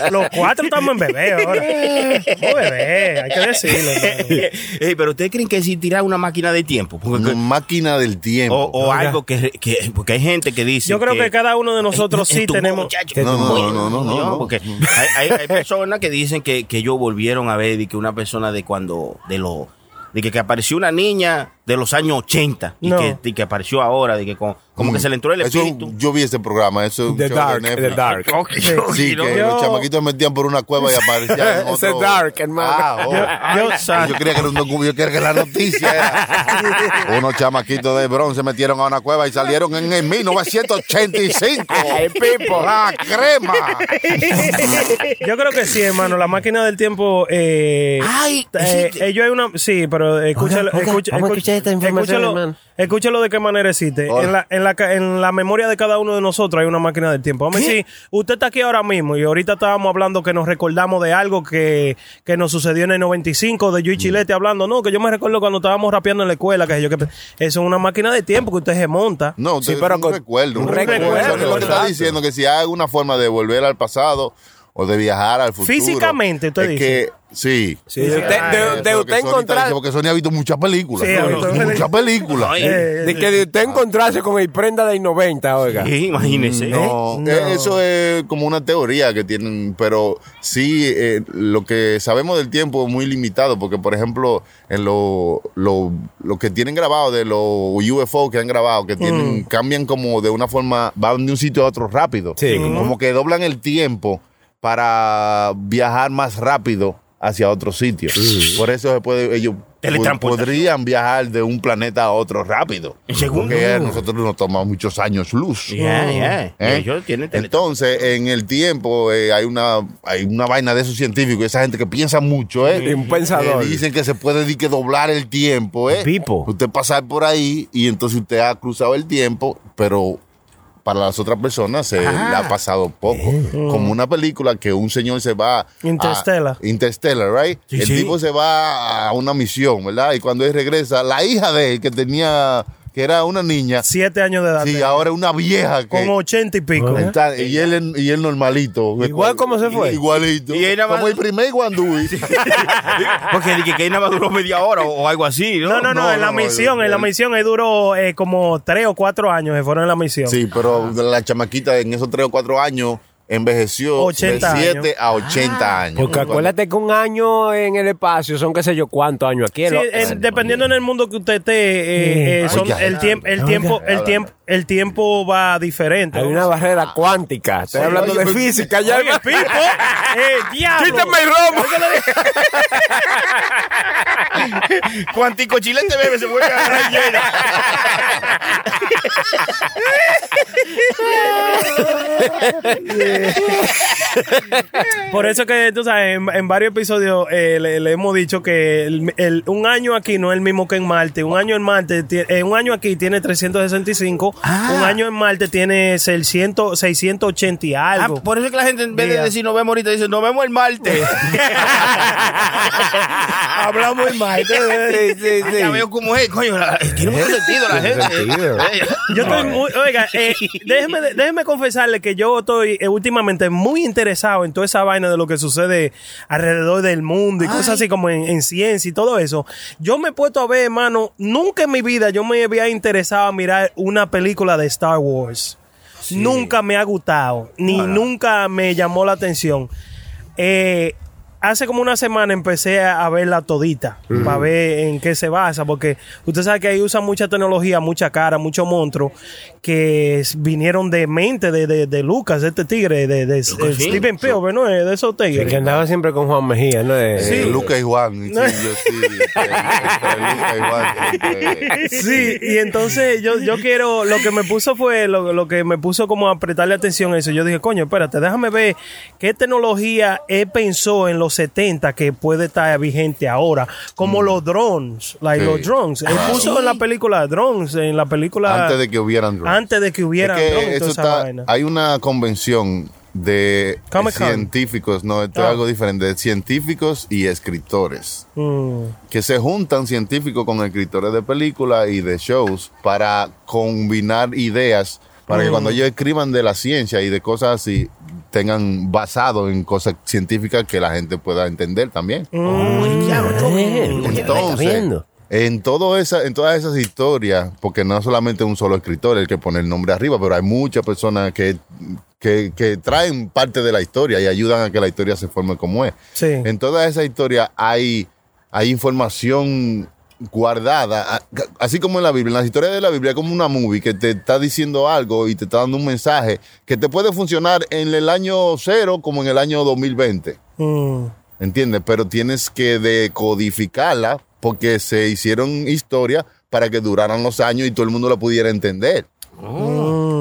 Speaker 7: Los cuatro estamos en bebé ahora. No bebé, hay que decirlo. hermano.
Speaker 6: Ey, pero ustedes creen que existirá una máquina del tiempo. Porque-
Speaker 1: Una máquina del tiempo.
Speaker 6: o o algo que, re- que- Porque hay gente que dice.
Speaker 7: Yo creo que cada uno de nosotros sí tenemos.
Speaker 6: muchacho.
Speaker 5: que
Speaker 1: No,
Speaker 5: tú-
Speaker 1: no, no, no, no, no, no.
Speaker 6: Porque hay, hay- hay personas que dicen que, que ellos volvieron a ver y que una persona de cuando. De los. De que, que apareció una niña de los años 80 y,
Speaker 7: No.
Speaker 6: que, y que apareció ahora, de que con, Como que se le entró el
Speaker 1: Eso,
Speaker 6: espíritu.
Speaker 1: yo vi ese programa, eso es un
Speaker 5: The
Speaker 1: show de
Speaker 5: Dark, The
Speaker 1: Netflix.
Speaker 5: Dark.
Speaker 6: Yoki, yoki,
Speaker 1: Sí,
Speaker 6: ¿no?
Speaker 1: que
Speaker 7: Yo-
Speaker 1: los chamaquitos metían por una cueva y aparecían en
Speaker 5: Ese
Speaker 1: otro...
Speaker 5: es dark, hermano.
Speaker 1: Ah, oh.
Speaker 7: Yo, yo sa-
Speaker 1: Yo creía que era un docu- yo creía que la noticia era. Unos chamaquitos de bronce metieron a una cueva y salieron en el 1985.
Speaker 5: El Pipo.
Speaker 1: ¡La crema!
Speaker 7: yo creo que sí, hermano. La máquina del tiempo. Eh,
Speaker 5: Ay,
Speaker 7: eh,
Speaker 5: sí.
Speaker 7: ellos hay una. Sí, pero escúchalo.
Speaker 5: Oiga, oiga,
Speaker 7: escucha-
Speaker 5: vamos a
Speaker 7: escu-
Speaker 5: escuchar esta información,
Speaker 7: Escúchalo,
Speaker 5: hermano.
Speaker 7: escúchalo de qué manera existe.
Speaker 1: Hola.
Speaker 7: En la, en, la, ca- en la memoria de cada uno de nosotros hay una máquina del tiempo. Vamos a decir, usted está aquí ahora mismo y ahorita estábamos hablando que nos recordamos de algo que, que nos sucedió en el 95, de yo y Chilete hablando. No, que yo me recuerdo cuando estábamos rapeando en la escuela. Que yo, que, eso es una máquina de tiempo que usted se monta.
Speaker 1: No,
Speaker 5: Sí,
Speaker 1: usted-
Speaker 5: pero
Speaker 1: un
Speaker 5: con-
Speaker 1: recuerdo.
Speaker 5: un
Speaker 7: recuerdo,
Speaker 1: Eso es lo que está
Speaker 5: exacto.
Speaker 1: diciendo que si hay alguna forma de volver al pasado o de viajar al futuro.
Speaker 7: Físicamente, usted
Speaker 1: es
Speaker 7: dice.
Speaker 1: que sí.
Speaker 5: Sí, de, usted-
Speaker 1: Ah, eso
Speaker 5: de- de
Speaker 1: es lo
Speaker 5: usted
Speaker 1: que Sony está
Speaker 5: encontrar.
Speaker 1: diciendo, Porque Sony ha visto muchas películas.
Speaker 7: Sí, ha visto
Speaker 1: muchas
Speaker 7: películas.
Speaker 1: películas.
Speaker 6: Ay,
Speaker 7: Eh.
Speaker 5: De que de usted encontrarse con el prenda del 90, oiga.
Speaker 6: sí, imagínese.
Speaker 1: No, eh, eso es como una teoría que tienen, pero sí, eh, lo que sabemos del tiempo es muy limitado, porque por ejemplo, en lo, lo, lo que tienen grabado de los UFO que han grabado, que tienen, cambian como de una forma, van de un sitio a otro rápido,
Speaker 5: Sí.
Speaker 1: como que doblan el tiempo para viajar más rápido hacia otro sitio. Por eso se puede, ellos pod-
Speaker 6: Teletransportación.
Speaker 1: podrían viajar de un planeta a otro rápido.
Speaker 6: En segundos.
Speaker 1: Porque a nosotros nos toma muchos años luz.
Speaker 6: Ya, ya.
Speaker 1: ¿Eh?
Speaker 6: Ellos tienen tele-
Speaker 1: Entonces, en el tiempo eh, hay una hay una vaina de esos científicos, esa gente que piensa mucho, ¿eh?
Speaker 5: Y un pensador.
Speaker 1: Que dicen que se puede di que doblar el tiempo, ¿eh?
Speaker 5: Pipo.
Speaker 1: Usted pasar por ahí y entonces usted ha cruzado el tiempo, pero para las otras personas se le ha pasado poco. Como una película que un señor se va a-
Speaker 7: Interstellar.
Speaker 1: Interstellar, right?
Speaker 6: Sí,
Speaker 1: el
Speaker 6: sí.
Speaker 1: tipo se va a una misión, ¿verdad? Y cuando él regresa, la hija de él que tenía que era una niña, sí,
Speaker 7: Siete años de edad. tenía.
Speaker 1: ahora es una vieja que
Speaker 7: con ochenta y pico.
Speaker 1: Está- y, él, y él normalito.
Speaker 5: Igual como se fue.
Speaker 1: Igualito.
Speaker 6: Y él nada más-
Speaker 1: como el primer guandui.
Speaker 6: Porque dije que ahí nada más duró media hora o, o algo así, ¿no?
Speaker 7: No, no, no,
Speaker 1: No,
Speaker 7: en
Speaker 1: no,
Speaker 7: la
Speaker 1: no,
Speaker 7: misión,
Speaker 1: el-
Speaker 7: en la
Speaker 1: el-
Speaker 7: misión, él duró eh, como tres o cuatro años, se fueron en la misión.
Speaker 1: sí, pero la chamaquita en esos tres o cuatro años envejeció de
Speaker 7: 80 años.
Speaker 1: 7 a 80 años.
Speaker 5: Porque acuérdate que un año en el espacio son qué sé yo cuántos años aquí.
Speaker 7: Sí,
Speaker 5: ¿no?
Speaker 7: en- dependiendo en el mundo que usted esté, eh, eh, son-
Speaker 1: Oiga.
Speaker 7: el, tiempo, el,
Speaker 5: Oiga.
Speaker 7: tiempo, el, tiempo, el tiempo va diferente.
Speaker 5: Hay una
Speaker 6: Ah.
Speaker 5: barrera cuántica. Estoy
Speaker 1: Oye,
Speaker 5: hablando
Speaker 1: oye,
Speaker 5: de
Speaker 1: pero-
Speaker 5: física. Ya
Speaker 7: pues, Oye, Pipo, eh, diablo.
Speaker 5: Quítame el romo.
Speaker 6: Cuántico chilete bebe se vuelve a la llena.
Speaker 7: Por eso que, tú sabes, en, en varios episodios eh, le, le hemos dicho que el- el- un año aquí no es el mismo que en Marte. Un año en Marte, ti- eh, un año aquí tiene 365.
Speaker 5: Ah.
Speaker 7: Un año en Marte tiene 600, 680 y
Speaker 6: Ah,
Speaker 7: algo.
Speaker 6: por eso es que la gente en vez de
Speaker 7: Mira.
Speaker 6: decir nos vemos ahorita dice nos vemos el martes.
Speaker 7: Hablamos en Marte.
Speaker 5: Sí, sí, sí.
Speaker 6: Ya veo cómo es, coño. la- eh, tiene mucho sentido la
Speaker 5: Tiene sentido.
Speaker 6: gente. Eh,
Speaker 7: Yo estoy muy, oiga, eh, déjeme, déjeme confesarle que yo estoy eh, últimamente muy interesado en toda esa vaina de lo que sucede alrededor del mundo y cosas así como en, en ciencia y todo eso. Yo me he puesto a ver, hermano, nunca en mi vida yo me había interesado a mirar una película de Star Wars. Nunca me ha gustado, ni nunca me llamó la atención. Eh, hace como una semana empecé a a verla todita, para ver en qué se basa, porque usted sabe que ahí usan mucha tecnología, mucha cara, muchos monstruos que s- vinieron de mente de, de, de Lucas, de este tigre, de, de- de
Speaker 6: sí.
Speaker 7: Steven Spielberg, ¿no? De esos tigres.
Speaker 5: Que andaba siempre con Juan Mejía, ¿no? Eh,
Speaker 1: Eh, Luca y Juan. Sí, yo sí. entre- entre Luca y Juan, pues. entre-
Speaker 7: Sí, y entonces yo, yo quiero, lo que me puso fue, lo, lo que me puso como a prestarle atención a eso. Yo dije, coño, espérate, déjame ver qué tecnología él pensó en los 70 que puede estar vigente ahora, como los drones, like
Speaker 1: Mm. Sí. Ah.
Speaker 7: los drones. Él puso en la película drones, en la película...
Speaker 1: Antes de que hubieran drones.
Speaker 7: antes de que
Speaker 1: Es
Speaker 7: hubiera
Speaker 1: que
Speaker 7: drones, y
Speaker 1: esto
Speaker 7: toda esa
Speaker 1: está-
Speaker 7: vaina.
Speaker 1: hay una convención de
Speaker 7: Comic-Con.
Speaker 1: científicos, no, esto es
Speaker 7: Ah.
Speaker 1: algo diferente, de científicos y escritores.
Speaker 7: Mm.
Speaker 1: que se juntan científicos con escritores de películas y de shows para combinar ideas para
Speaker 7: Mm.
Speaker 1: que cuando ellos escriban de la ciencia y de cosas así tengan basado en cosas científicas que la gente pueda entender también.
Speaker 7: Mm.
Speaker 1: Entonces,
Speaker 5: viendo.
Speaker 1: en todo esa, en todas esas historias, porque no es solamente un solo escritor el que pone el nombre arriba, pero hay muchas personas que, que, que traen parte de la historia y ayudan a que la historia se forme como es.
Speaker 7: Sí.
Speaker 1: En toda esa historia hay, hay información guardada, a- ca- así como en la Biblia, en las historias de la Biblia es como una movie que te está diciendo algo y te está dando un mensaje que te puede funcionar en el año cero como en el año 2020.
Speaker 7: Mm.
Speaker 1: ¿Entiendes? Pero tienes que decodificarla porque se hicieron historias para que duraran los años y todo el mundo la pudiera entender.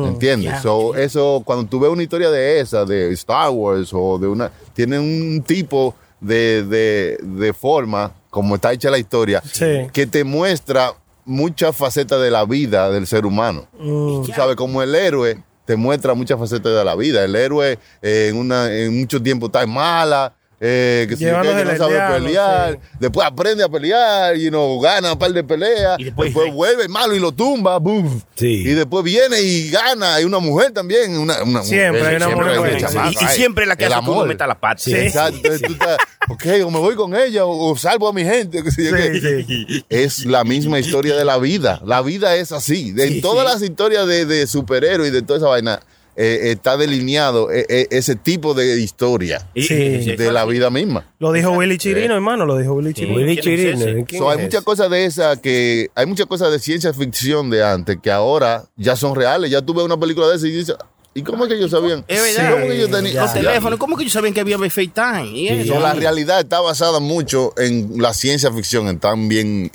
Speaker 1: ¿Entiendes? So, eso, cuando tú ves una historia de esa, de Star Wars o de una. Tiene un tipo de, de- de forma, como está hecha la historia,
Speaker 7: Sí.
Speaker 1: que te muestra muchas facetas de la vida del ser humano. Tú sabes, como el héroe te muestra muchas facetas de la vida. El héroe eh, en, una, en mucho tiempo está en mala, eh, que, sé yo
Speaker 7: Lleva
Speaker 1: qué,
Speaker 7: los
Speaker 1: que no sabe
Speaker 7: deletianos,
Speaker 1: pelear. Después aprende a pelear y no gana un par de peleas.
Speaker 6: Y después-
Speaker 1: después vuelve malo y lo tumba. ¡buf!
Speaker 9: Sí.
Speaker 1: Y después viene y gana. Hay una mujer también. Una, una
Speaker 7: Siempre hay una mujer buena, sí.
Speaker 1: chamaca,
Speaker 6: Y- y
Speaker 1: ay,
Speaker 6: siempre la que
Speaker 1: el
Speaker 6: hace que uno
Speaker 1: amor.
Speaker 6: meta la pata.
Speaker 1: Sí, exacto. Entonces tú estás, ok, o me voy con ella o, o salvo a mi gente. qué sé yo qué. Es la misma historia de la vida. La vida es así. De en todas las historias de, de superhéroes y de toda esa vaina, eh, está delineado eh, eh, ese tipo de historia
Speaker 6: Y-
Speaker 7: Sí.
Speaker 6: y- y-
Speaker 1: de la vida misma.
Speaker 7: Lo dijo Willy Chirino, hermano, lo dijo Willy Chirino.
Speaker 5: Willy
Speaker 6: ¿Quién es ese?
Speaker 5: Chirino. ¿quién
Speaker 1: So, hay
Speaker 5: es?
Speaker 1: muchas cosas de esas que. Hay muchas cosas de ciencia ficción de antes que ahora ya son reales. Ya tuve una película de esas y dices, "Ah, ¿y cómo es que ellos sabían?
Speaker 6: Es verdad.
Speaker 1: ¿Cómo que ellos
Speaker 6: Los
Speaker 1: tenían? Ah, ya.
Speaker 6: teléfonos, ¿cómo que yo sabían que había FaceTime? Y eso.
Speaker 1: So, la realidad está basada mucho en la ciencia ficción, están bien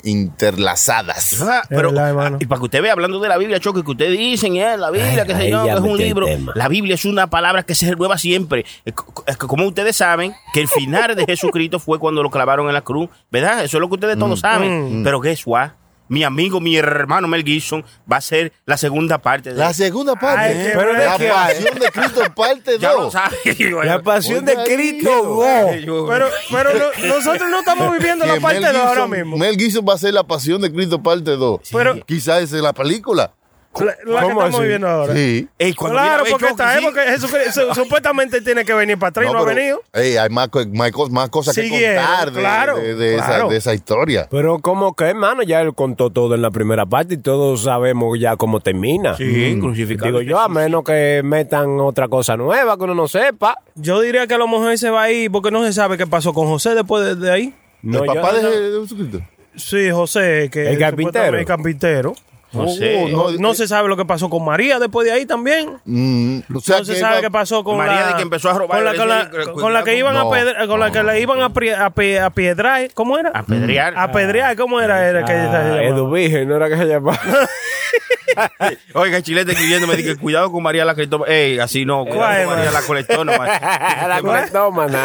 Speaker 1: interlazadas.
Speaker 6: Ah, pero,
Speaker 7: verdad, hermano.
Speaker 6: y para que usted vea, hablando de la Biblia, Choque, que ustedes dicen, eh, la Biblia, que se
Speaker 9: ahí
Speaker 6: yo, que
Speaker 9: ya
Speaker 6: es un
Speaker 9: metí el
Speaker 6: libro.
Speaker 9: tema.
Speaker 6: La Biblia es una palabra que se renueva siempre. Eh, co- es que Como ustedes saben, que el final de Jesucristo fue cuando lo clavaron en la cruz, ¿verdad? Eso es lo que ustedes todos saben. Pero guess what? Mi amigo, mi hermano Mel Gibson va a ser la segunda parte de
Speaker 1: La segunda parte,
Speaker 7: Ay, qué
Speaker 5: pero
Speaker 1: la
Speaker 5: ¿de qué?
Speaker 1: pasión de Cristo parte
Speaker 6: Ya lo
Speaker 1: 2.
Speaker 6: sabe.
Speaker 5: La pasión de
Speaker 1: Oiga,
Speaker 5: Cristo,
Speaker 1: tío.
Speaker 5: vos.
Speaker 7: Pero, pero no- nosotros no estamos viviendo la
Speaker 1: Que
Speaker 7: parte
Speaker 1: Mel
Speaker 7: de ahora
Speaker 1: Gibson-
Speaker 7: mismo.
Speaker 1: Mel Gibson va a ser la pasión de Cristo parte 2.
Speaker 7: Pero-
Speaker 1: Quizás esa es la película.
Speaker 7: La, la que
Speaker 5: ¿Cómo
Speaker 7: estamos
Speaker 5: así?
Speaker 7: viviendo ahora.
Speaker 1: Sí.
Speaker 6: Ey, cuando viene a
Speaker 7: Claro,
Speaker 6: ver
Speaker 7: porque
Speaker 6: Chucky,
Speaker 7: está,
Speaker 6: sí.
Speaker 7: ¿eh? porque Jesucristo su- supuestamente tiene que venir para atrás y no, ha
Speaker 1: pero,
Speaker 7: venido.
Speaker 1: ey, hay más, co- más cos- más cosas que
Speaker 7: Siguieron,
Speaker 1: contar de,
Speaker 7: claro,
Speaker 1: de- de esa-
Speaker 7: claro.
Speaker 1: de esa historia.
Speaker 5: Pero como que, hermano, ya él contó todo en la primera parte y todos sabemos ya cómo termina. Mm.
Speaker 6: Sí, crucificado.
Speaker 5: Digo yo, a menos que metan otra cosa nueva que uno no sepa.
Speaker 7: Yo diría que a lo mejor se va a ir porque no se sabe qué pasó con José después de, de ahí.
Speaker 5: No,
Speaker 1: ¿El
Speaker 5: yo-
Speaker 1: papá de,
Speaker 5: no.
Speaker 1: de Jesucristo?
Speaker 7: Sí, José, que
Speaker 5: El carpintero.
Speaker 7: supuestamente El carpintero.
Speaker 6: No sé.
Speaker 1: no,
Speaker 7: Uh, No eh, se sabe lo que pasó con María después de ahí también.
Speaker 1: Mm, o sea
Speaker 7: no se
Speaker 1: que
Speaker 7: sabe
Speaker 1: no-
Speaker 7: qué pasó con
Speaker 6: María
Speaker 7: la,
Speaker 6: de que empezó a robar
Speaker 7: con la,
Speaker 6: y
Speaker 7: con la-
Speaker 6: decía,
Speaker 7: con la que iban
Speaker 1: No,
Speaker 7: a pedre- con la que le iban a, pri- a pe- a piedrar, ¿cómo era?
Speaker 6: Apedrear.
Speaker 7: Apedrear, ¿cómo era? era que ella se
Speaker 5: Ah,
Speaker 7: llamaba?
Speaker 5: Edu Virgen, no era que se llamaba.
Speaker 6: Oiga, Chilete escribiéndome, dije, cuidado con María la colectó. Ey, así no, cuidado
Speaker 7: ¿Cuál,
Speaker 6: con María
Speaker 7: man?
Speaker 6: la colectó nomás. Este,
Speaker 5: la colectómana.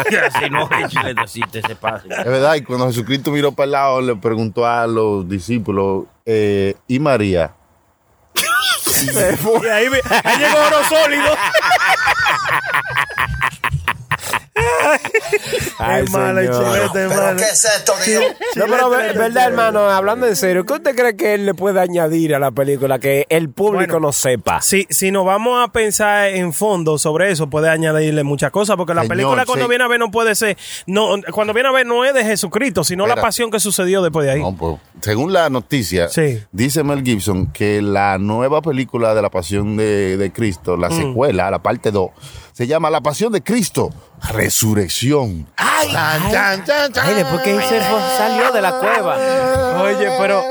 Speaker 6: Así no, Chilete, así te se pasa.
Speaker 1: Es verdad, y cuando Jesucristo miró para el lado, le preguntó a los discípulos, eh, ¿y María?
Speaker 7: Y ahí, vi- ahí llegó oro sólido.
Speaker 5: Ay,
Speaker 7: es mala
Speaker 5: señor.
Speaker 7: chuleta, hermano.
Speaker 8: es esto, Dios?
Speaker 5: No, pero ve- verdad, hermano, hablando en serio, ¿qué usted cree que él le puede añadir a la película que el público
Speaker 7: Bueno.
Speaker 5: no sepa?
Speaker 7: Si, si nos vamos a pensar en fondo sobre eso, puede añadirle muchas cosas, porque la
Speaker 1: Señor,
Speaker 7: película cuando
Speaker 1: sí.
Speaker 7: viene a ver no puede ser, no, cuando viene a ver no es de Jesucristo, sino la
Speaker 1: Espérate.
Speaker 7: pasión que sucedió después de ahí.
Speaker 1: No, pues, según la noticia,
Speaker 7: Sí.
Speaker 1: dice Mel Gibson que la nueva película de La Pasión de, de Cristo, la secuela, la parte 2, se llama La Pasión de Cristo, Resurrección. ¡Ay!
Speaker 5: Ay, después que se fue- salió de la cueva.
Speaker 7: Oye, pero.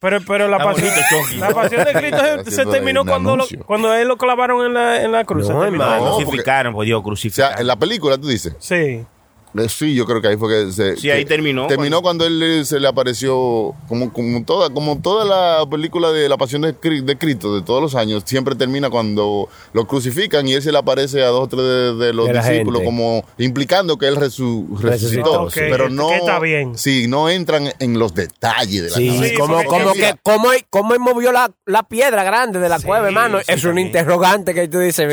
Speaker 7: Pero, pero la,
Speaker 6: Está
Speaker 7: pasión,
Speaker 6: bonito, Chucky.
Speaker 7: la pasión de Cristo se- se,
Speaker 1: Haciendo
Speaker 7: terminó
Speaker 1: un
Speaker 7: cuando, lo-
Speaker 1: anuncio.
Speaker 7: cuando él lo clavaron en la, en la cruz.
Speaker 5: No,
Speaker 7: se terminó.
Speaker 5: hermano.
Speaker 1: No,
Speaker 6: crucificaron, por Dios,
Speaker 1: O sea,
Speaker 6: crucificaron.
Speaker 1: en la película, tú dices.
Speaker 7: Sí.
Speaker 1: Eh, Sí, yo creo que ahí fue que se.
Speaker 6: Sí, ahí
Speaker 1: que-
Speaker 6: terminó.
Speaker 1: Terminó cuando, él eh, se le apareció, como, como toda, como toda la película de la Pasión de, Cri- de Cristo de todos los años, siempre termina cuando lo crucifican y él se le aparece a dos o tres de, de los
Speaker 5: De la
Speaker 1: discípulos,
Speaker 5: gente.
Speaker 1: como implicando que él resu- resucitó.
Speaker 5: Ok,
Speaker 1: Pero
Speaker 7: que-
Speaker 1: no.
Speaker 7: que está bien.
Speaker 1: Sí, no entran en los detalles de la
Speaker 5: Sí,
Speaker 1: cabeza.
Speaker 7: Sí,
Speaker 5: como,
Speaker 7: porque-
Speaker 5: como
Speaker 1: Mira,
Speaker 5: que, como, como él movió la, la piedra grande de la cueva, hermano.
Speaker 6: sí,
Speaker 5: es un
Speaker 6: también.
Speaker 5: interrogante que tú dices,